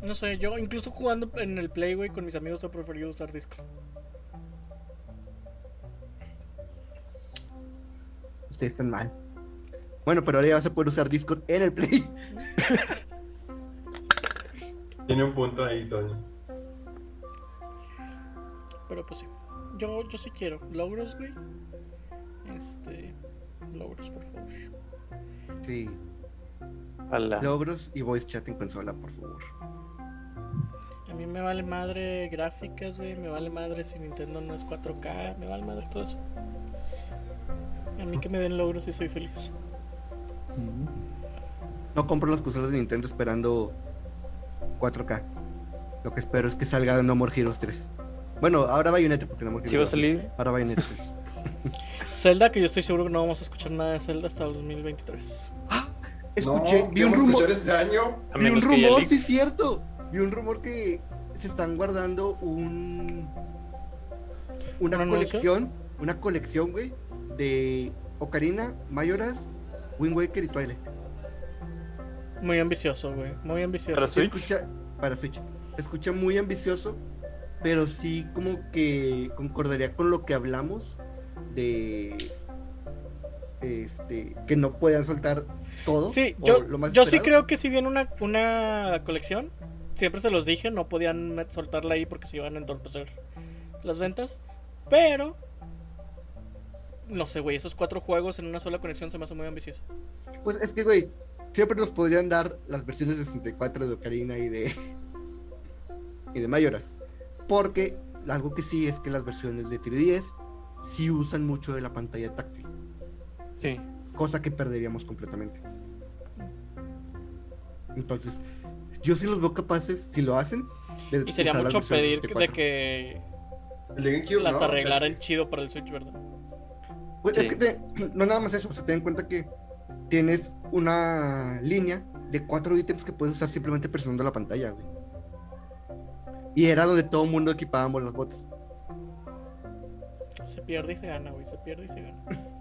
No sé, yo incluso jugando en el Play, güey, con mis amigos he preferido usar Discord. Ustedes están mal. Bueno, pero ahora ya vas a poder usar Discord en el Play. Tiene un punto ahí, Toño. Pero pues sí. Yo, yo sí quiero. Logros, güey. Este. Logros, por favor. Sí. Ojalá. Logros y voice chat en consola, por favor. A mí me vale madre gráficas, güey. Me vale madre si Nintendo no es 4K. Me vale madre todo eso. A mí que me den logros y soy feliz. No compro las consolas de Nintendo esperando 4K. Lo que espero es que salga No More Heroes 3. Bueno, ahora Bayonetta, porque No More Heroes Si va a 2. salir, Ahora Bayonetta 3. Zelda, que yo estoy seguro que no vamos a escuchar nada de Zelda hasta el 2023. ¡Ah! Escuché, no, vi un vamos a escuchar rumor. este año? a Vi un menos que ya rumor, leak- sí, cierto. Vi un rumor que se están guardando un. Una ¿Un anuncio? colección. Una colección, güey. De Ocarina, Mayoras, Wind Waker y Twilight. Muy ambicioso, güey. Muy ambicioso. Pero Se sí. Switch? escucha para Switch. Se escucha muy ambicioso, pero sí como que concordaría con lo que hablamos de este que no puedan soltar todo. Sí, o yo, lo más yo sí esperado. creo que si viene una, una colección, siempre se los dije, no podían met- soltarla ahí porque se iban a entorpecer las ventas. Pero, no sé, güey, esos cuatro juegos en una sola conexión se me hace muy ambicioso. Pues es que güey, siempre nos podrían dar las versiones de 64 de Ocarina y de y de Mayoras, porque algo que sí es que las versiones de 3DS sí usan mucho de la pantalla táctil, Sí. cosa que perderíamos completamente. Entonces, yo sí los veo capaces, si lo hacen. de este Y sería usar las mucho pedir versiones de 64. que El de GameCube, las ¿no? O sea, arreglaran es- chido para el Switch, ¿verdad? Pues, Sí. Es que te- no nada más eso, o sea, ten en cuenta que tienes una línea de cuatro ítems que puedes usar simplemente presionando la pantalla, güey. Y era donde todo el mundo equipábamos las botas. Se pierde y se gana, güey, se pierde y se gana.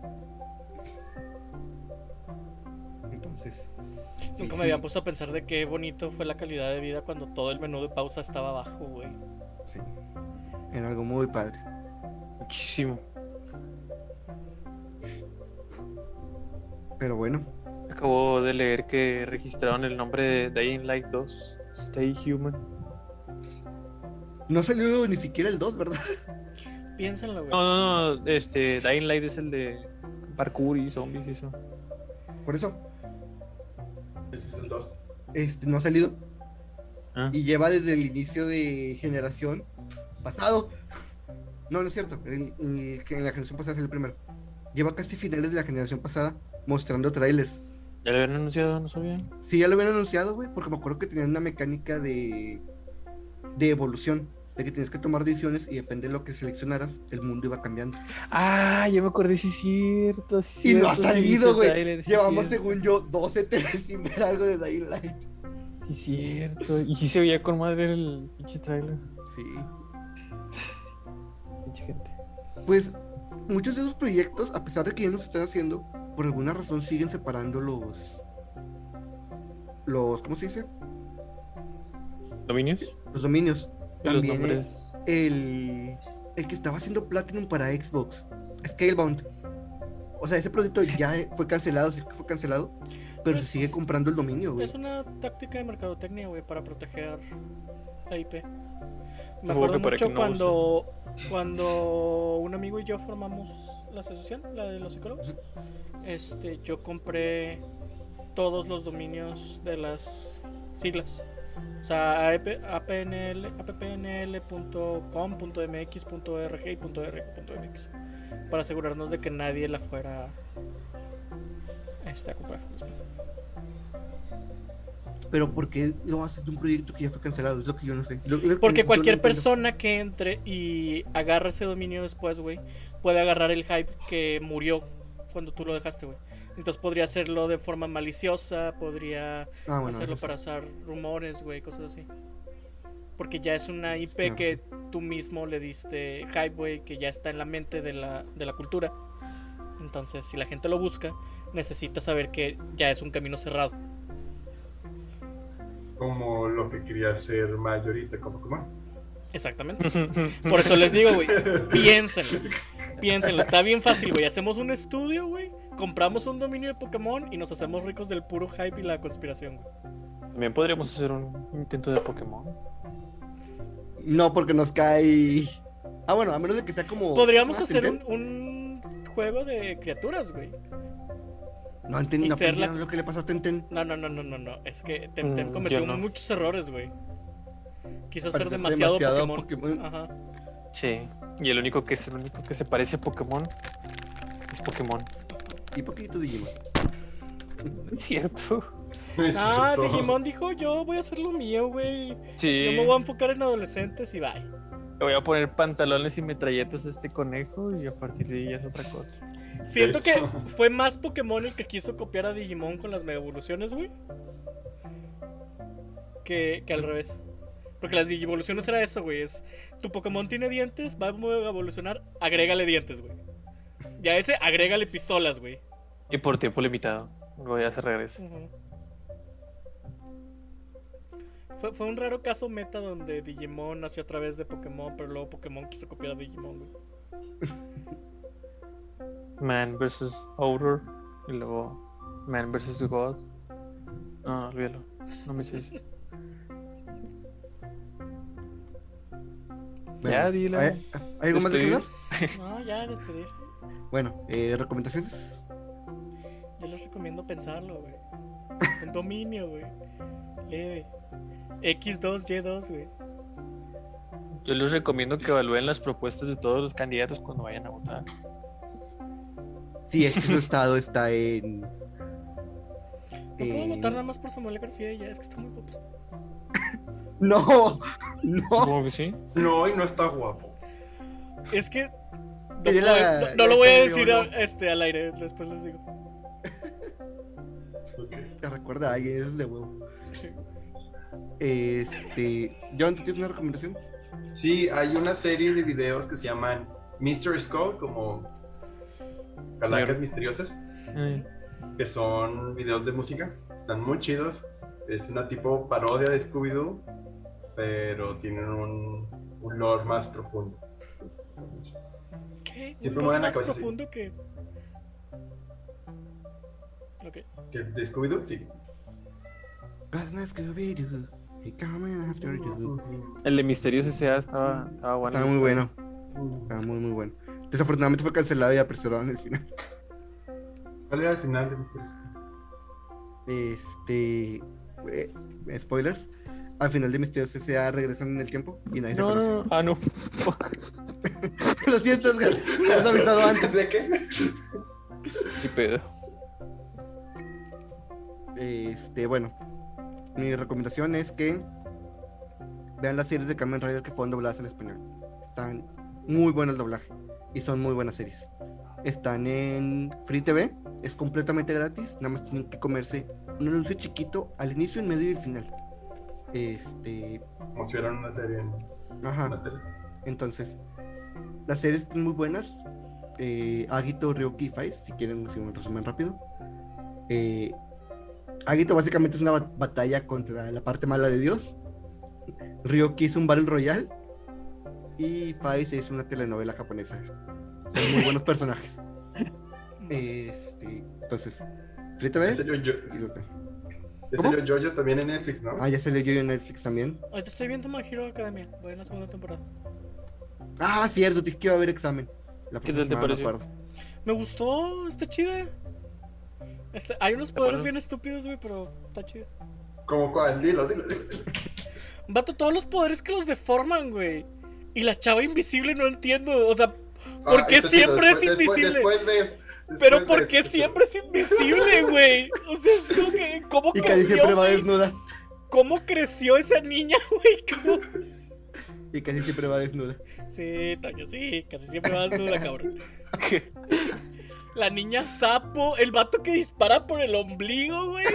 Entonces. sí, Nunca me sí, había puesto a pensar de qué bonito fue la calidad de vida cuando todo el menú de pausa estaba abajo, güey. sí. Era algo muy padre. Muchísimo. Pero bueno, Acabo de leer que registraron el nombre de Dying Light 2, Stay Human. No salió ni siquiera el 2, ¿verdad? Piénsenlo, güey. No, no, no. Este, Dying Light es el de parkour y zombies y eso. Por eso, Ese es el 2. este, no ha salido. Ah. Y lleva desde el inicio de generación pasado. No, no es cierto. el- el que en la generación pasada es el primero. Lleva casi finales de la generación pasada mostrando trailers. Ya lo habían anunciado, no sabía. Sí, ya lo habían anunciado, güey, porque me acuerdo que tenían una mecánica de, de evolución. De que tenías que tomar decisiones y depende de lo que seleccionaras, el mundo iba cambiando. Ah, ya me acordé, sí es cierto. sí Y es no ha cierto, sí salido, hizo güey. tráiler, sí es Llevamos, cierto, según yo, 12 teles sin ver algo de Dying Light. Sí es cierto. Y sí se veía con madre el pinche trailer. Sí. Pinche gente. Pues muchos de esos proyectos, a pesar de que ya nos están haciendo, por alguna razón siguen separando los. Los, ¿cómo se dice? ¿Dominios? Los dominios. Y los También eh, nombres. el, el que estaba haciendo Platinum para Xbox, Scalebound. O sea, ese proyecto ya eh, fue cancelado, sí que fue cancelado, pero se Pues, sigue comprando el dominio, güey. Es una táctica de mercadotecnia, güey, para proteger la IP. Me Supongo acuerdo que para mucho que no cuando, cuando un amigo y yo formamos la asociación, la de los psicólogos. Este, yo compré todos los dominios de las siglas. O sea, AP, APNL, appnl.com.mx.org y .rg.mx para asegurarnos de que nadie la fuera este, a comprar después. Pero ¿por qué lo haces de un proyecto que ya fue cancelado? Es lo que yo no sé. Lo- lo- yo Porque no cualquier entiendo. persona que entre y agarre ese dominio después, güey, puede agarrar el hype que murió cuando tú lo dejaste, güey. Entonces podría hacerlo de forma maliciosa, podría Ah, bueno, hacerlo eso sí. para hacer rumores, güey, cosas así. Porque ya es una IP claro, que tú mismo le diste hype, güey, que ya está en la mente de la, de la cultura. Entonces, si la gente lo busca, necesita saber que ya es un camino cerrado. Como lo que quería hacer Mayo ahorita, como Pokémon. Exactamente. eh. Por eso les digo, güey, piénsenlo. Piénsenlo, está bien fácil, güey. Hacemos un estudio, güey. Compramos un dominio de Pokémon y nos hacemos ricos del puro hype y la conspiración, güey. También podríamos hacer un intento de Pokémon. No, porque nos cae. Ah, bueno, a menos de que sea como. Podríamos ah, hacer un, ¿entendés? un juego de criaturas, güey. No entendí y no, ser la- entendí lo que le pasó a Tenten. No, no, no, no, no, no. Es que Temtem Mm, cometió yo no. muchos errores, güey. Quiso ser Parecer demasiado, demasiado Pokémon. Pokémon. Ajá. Sí. Y el único que es el único que se parece a Pokémon es Pokémon. Y poquito Digimon. No es cierto. Ah, Digimon dijo, yo voy a hacer lo mío, güey. Yo Sí. me voy a enfocar en adolescentes y bye. Le voy a poner pantalones y metralletas a este conejo y a partir de ahí ya es otra cosa. Siento que hecho. fue más Pokémon el que quiso copiar a Digimon con las mega evoluciones, güey. Que, que al revés. Porque las digivoluciones era eso, güey. Es tu Pokémon tiene dientes, va a mega evolucionar, agrégale dientes, güey. Y a ese, agrégale pistolas, güey. Y por tiempo limitado. Luego ya se regresa. Ujú. Fue, fue un raro caso meta donde Digimon nació a través de Pokémon, pero luego Pokémon quiso copiar a Digimon, güey. Man vs. Outer. Y luego Man vs. God. No, olvídalo. No me sé. Ya, dile. ¿Hay, hay algo más de que Despedir. hablar? No, ya despedir. Bueno, eh, recomendaciones. Yo les recomiendo pensarlo, güey. Un dominio, güey. Leve. X2, Y2, güey. Yo les recomiendo que evalúen las propuestas de todos los candidatos cuando vayan a votar. Sí, es que su estado está en. No puedo en- votar nada más por Samuel García y ya, es que está muy guapo. No, no. ¿Cómo que sí? No, y no está guapo. Es que. No, Tiene la- puedo- no- no la lo voy a historia, decir ¿no? a- este, al aire, después les digo. Ok. Te recuerda a alguien, eso es de huevo. Este. John, ¿tú tienes una recomendación? Sí, hay una serie de videos que se llaman Mr. Skull, como calacas Señor. misteriosas, Eh, que son videos de música. Están muy chidos. Es una tipo parodia de Scooby-Doo, pero tienen un, un lore más profundo. Entonces, está muy chido. ¿Qué? Sí, Un pero mueven tono la más cabeza, sí. profundo que. Ok. ¿De Scooby-Doo? Sí. Gazna Scooby-Doo. Y coming after you. El de Misterios S.A. estaba, estaba bueno. pues, Estaba muy bueno. Estaba muy, muy bueno. Desafortunadamente fue cancelado y apresuraron el final. ¿Cuál era el final de Misterios? Este. eh, spoilers. Al final de Misterios S.A. regresan en el tiempo y nadie No, se conoce. no, ah, no. Lo siento, Edgar. Me has avisado antes. ¿De qué? Ni pedo. Este, bueno. Mi recomendación es que vean las series de Kamen Rider que fueron dobladas al español. Están muy buenas el doblaje y son muy buenas series. Están en Free TV, es completamente gratis, nada más tienen que comerse un anuncio chiquito al inicio, en medio y al final. Este, Como si vieran una serie en ajá. la tele. Entonces, las series están muy buenas. Eh, Agito, Ryoki y Faiz, si quieren, si un resumen rápido. Eh, Agito básicamente es una ba- batalla contra la parte mala de Dios. Ryoki es un Battle Royale. Y Faiz es una telenovela japonesa. Son muy buenos personajes. Este, entonces, Free ¿En TV. serio, yo, y los ven. en serio, Jojo también en Netflix, ¿no? Ah, ya salió yo en Netflix también. Ahorita estoy viendo My Hero Academia. Voy en la segunda temporada. Ah, cierto, tienes que iba a haber examen. La ¿Qué tal te próxima, me pareció? acuerdo. Me gustó, está chida. Está- hay unos poderes Bueno. bien estúpidos, güey, pero está chida. ¿Cómo cuál? Dilo, dilo, dilo. Vato, todos los poderes que los deforman, güey. Y la chava invisible no entiendo. O sea, ¿Por qué está chido, siempre es invisible? Después, ves. después pero ¿por ves, qué está chido. siempre es invisible, güey? O sea, es como que. ¿Cómo Y Cari creció? siempre va güey? desnuda. ¿Cómo creció esa niña, güey? ¿Cómo? Y Cari siempre va desnuda. Sí, Toño, sí, casi siempre vas tú la cabrón. La niña sapo, el vato que dispara por el ombligo, güey.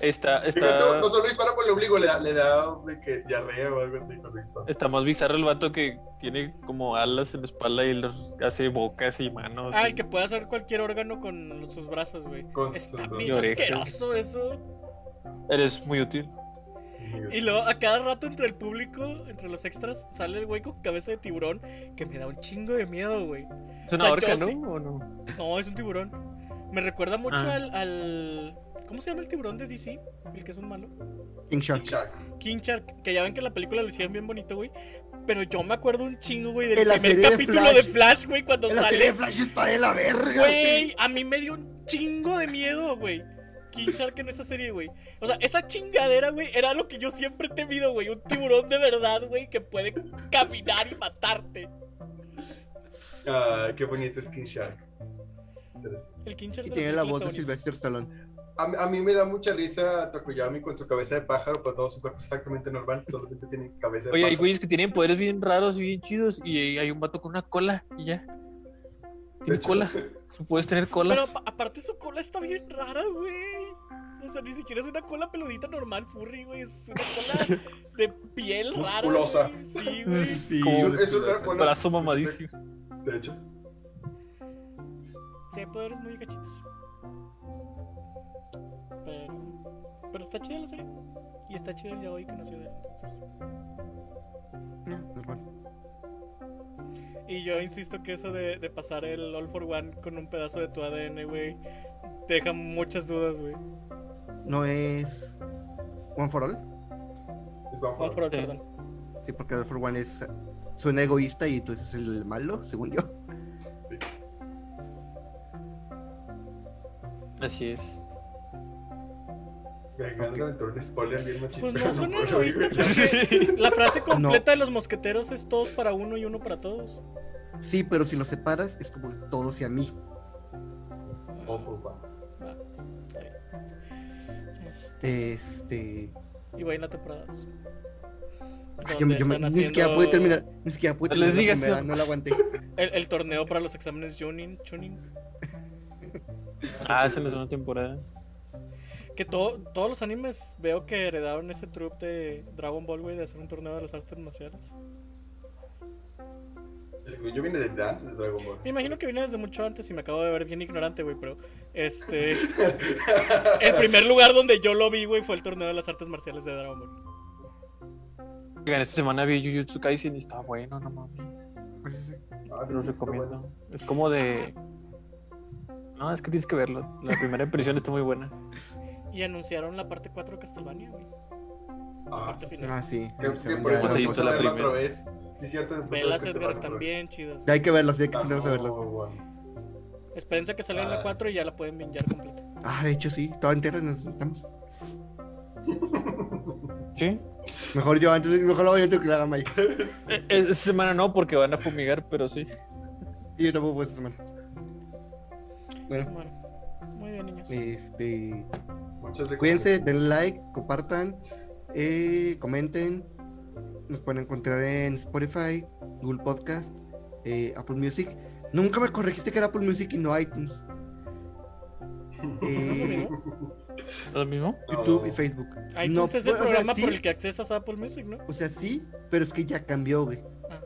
Está, Digo, No, está, no solo dispara por el ombligo, le da, le da de que diarrea o algo así. cuando dispara. está más bizarro el vato que tiene como alas en la espalda y los hace bocas y manos. Ah, y- el que puede hacer cualquier órgano con sus brazos, güey. Con sus Está brazos. Y bien orejas. asqueroso eso. Eres muy útil. Y luego a cada rato entre el público, entre los extras, sale el güey con cabeza de tiburón que me da un chingo de miedo, güey. Es una O sea, orca, yo ¿no? sí. ¿O no? No, es un tiburón. Me recuerda mucho Ah. al, al- ¿Cómo se llama el tiburón de DC? El que es un malo. King Shark. Shark. King Shark, que ya ven que en la película lo hicieron bien bonito, güey. Pero yo me acuerdo un chingo, güey, del En la primer serie de capítulo Flash. de Flash, güey, cuando En la sale. serie de Flash está de la verga. Güey, a mí me dio un chingo de miedo, güey. King Shark en esa serie, güey. O sea, esa chingadera, güey, era lo que yo siempre he temido, güey. Un tiburón de verdad, güey, que puede caminar y matarte. Ah, qué bonito es King Shark. Entonces, El King Shark Y de tiene la película voz está de bonito. Sylvester Stallone. A, a mí me da mucha risa Takoyami con su cabeza de pájaro, pero todo su cuerpo es exactamente normal, solamente tiene cabeza de Oye, hay pájaro. güeyes que tienen poderes bien raros y bien chidos y hay un vato con una cola y ya. De Tiene hecho, cola. Tú puedes tener cola. Pero apa- aparte su cola está bien rara, güey. O sea, ni siquiera es una cola peludita normal, furry, güey. Es una cola de piel rara. Musculosa. güey. Sí, güey. Sí, es como un- es un un árbol. brazo mamadísimo. De hecho. Sí, hay poderes muy gachitos. Pero. Pero está chida la serie. Y está chido el yaoi que nació de él. entonces. Ya, normal. Y yo insisto que eso de, de pasar el All for One con un pedazo de tu ADN, güey, te deja muchas dudas, güey. No es One for All, Es bajo. All for All, Sí. perdón. sí, porque All for One es suena egoísta y tú eres el malo, según yo. Así es. Me acaban de aventar un spoiler bien machista. Pues no suena puedo egoísta, oírlo. La frase completa de los mosqueteros es todos para uno y uno para todos. Sí, pero si los separas es como todos y a mí. Ojo, pa. Ah, Este, Este, y va en la temporada dos. ay, yo, Donde yo me- están ni siquiera haciendo pude terminar, ni siquiera pude No les terminar digas, la primera, no. no la aguanté. El, el torneo para los exámenes Chunin. Chunin. Ah, se me una temporada. Que todo, todos los animes veo que heredaron ese truc de Dragon Ball, güey, de hacer un torneo de las artes marciales. Yo vine desde antes de Dragon Ball. Me imagino que viene desde mucho antes y me acabo de ver bien ignorante, güey, pero este. El el primer lugar donde yo lo vi, güey, fue el torneo de las artes marciales de Dragon Ball. Oigan, esta semana vi Jujutsu Kaisen y está bueno, no mames. Pues, sí, Ah, Lo recomiendo. Es como de. No, es que tienes que verlo. La primera impresión está muy buena. Y anunciaron la parte 4 de Castlevania, güey. Ah, sí, Aparte sí. final. Ah, sí. Que, o que por sea, ya- eso me conseguiste puse a la verla otra primera. vez. Sí, cierto. me Pues puse a Ve las ver Edgar otra están vez. bien chidas. ya hay que verlas, ya hay que Ah, ponernos a verlas. no, bueno. Espérense a que salga la Ah. 4 y ya la pueden vinjar completa. Ah, de hecho sí, toda entera nos sentamos. ¿Sí? Mejor yo antes, mejor lo voy a que la haga Mike. Eh, eh, esta semana no, porque van a fumigar, pero sí. Y yo tampoco puedo esta semana. Bueno, Bueno, muy bien, niños. este. Muchas gracias. Cuídense, denle like, compartan, eh, comenten. Nos pueden encontrar en Spotify, Google Podcast, eh, Apple Music. Nunca me corregiste que era Apple Music y no iTunes. Eh, ¿Lo mismo? No. YouTube y Facebook. iTunes es el pues, o sea, programa sí. por el que accesas a Apple Music, ¿no? O sea, sí, pero es que ya cambió, güey. Ah.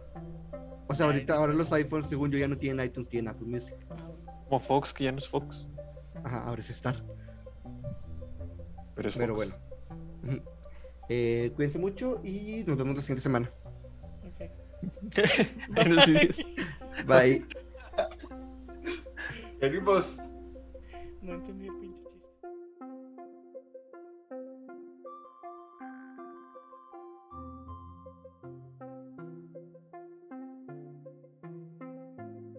O sea, ahorita ahora los iPhones, según yo, ya no tienen iTunes, tienen Apple Music. Ah, Como Fox, que ya no es Fox. Ajá, ahora es Star. Pero es Pero Fox. bueno. Ujú. Eh, cuídense mucho y nos vemos la siguiente semana. ok. En los Bye. videos. Bye. Venimos. pues, No entendí el pinche.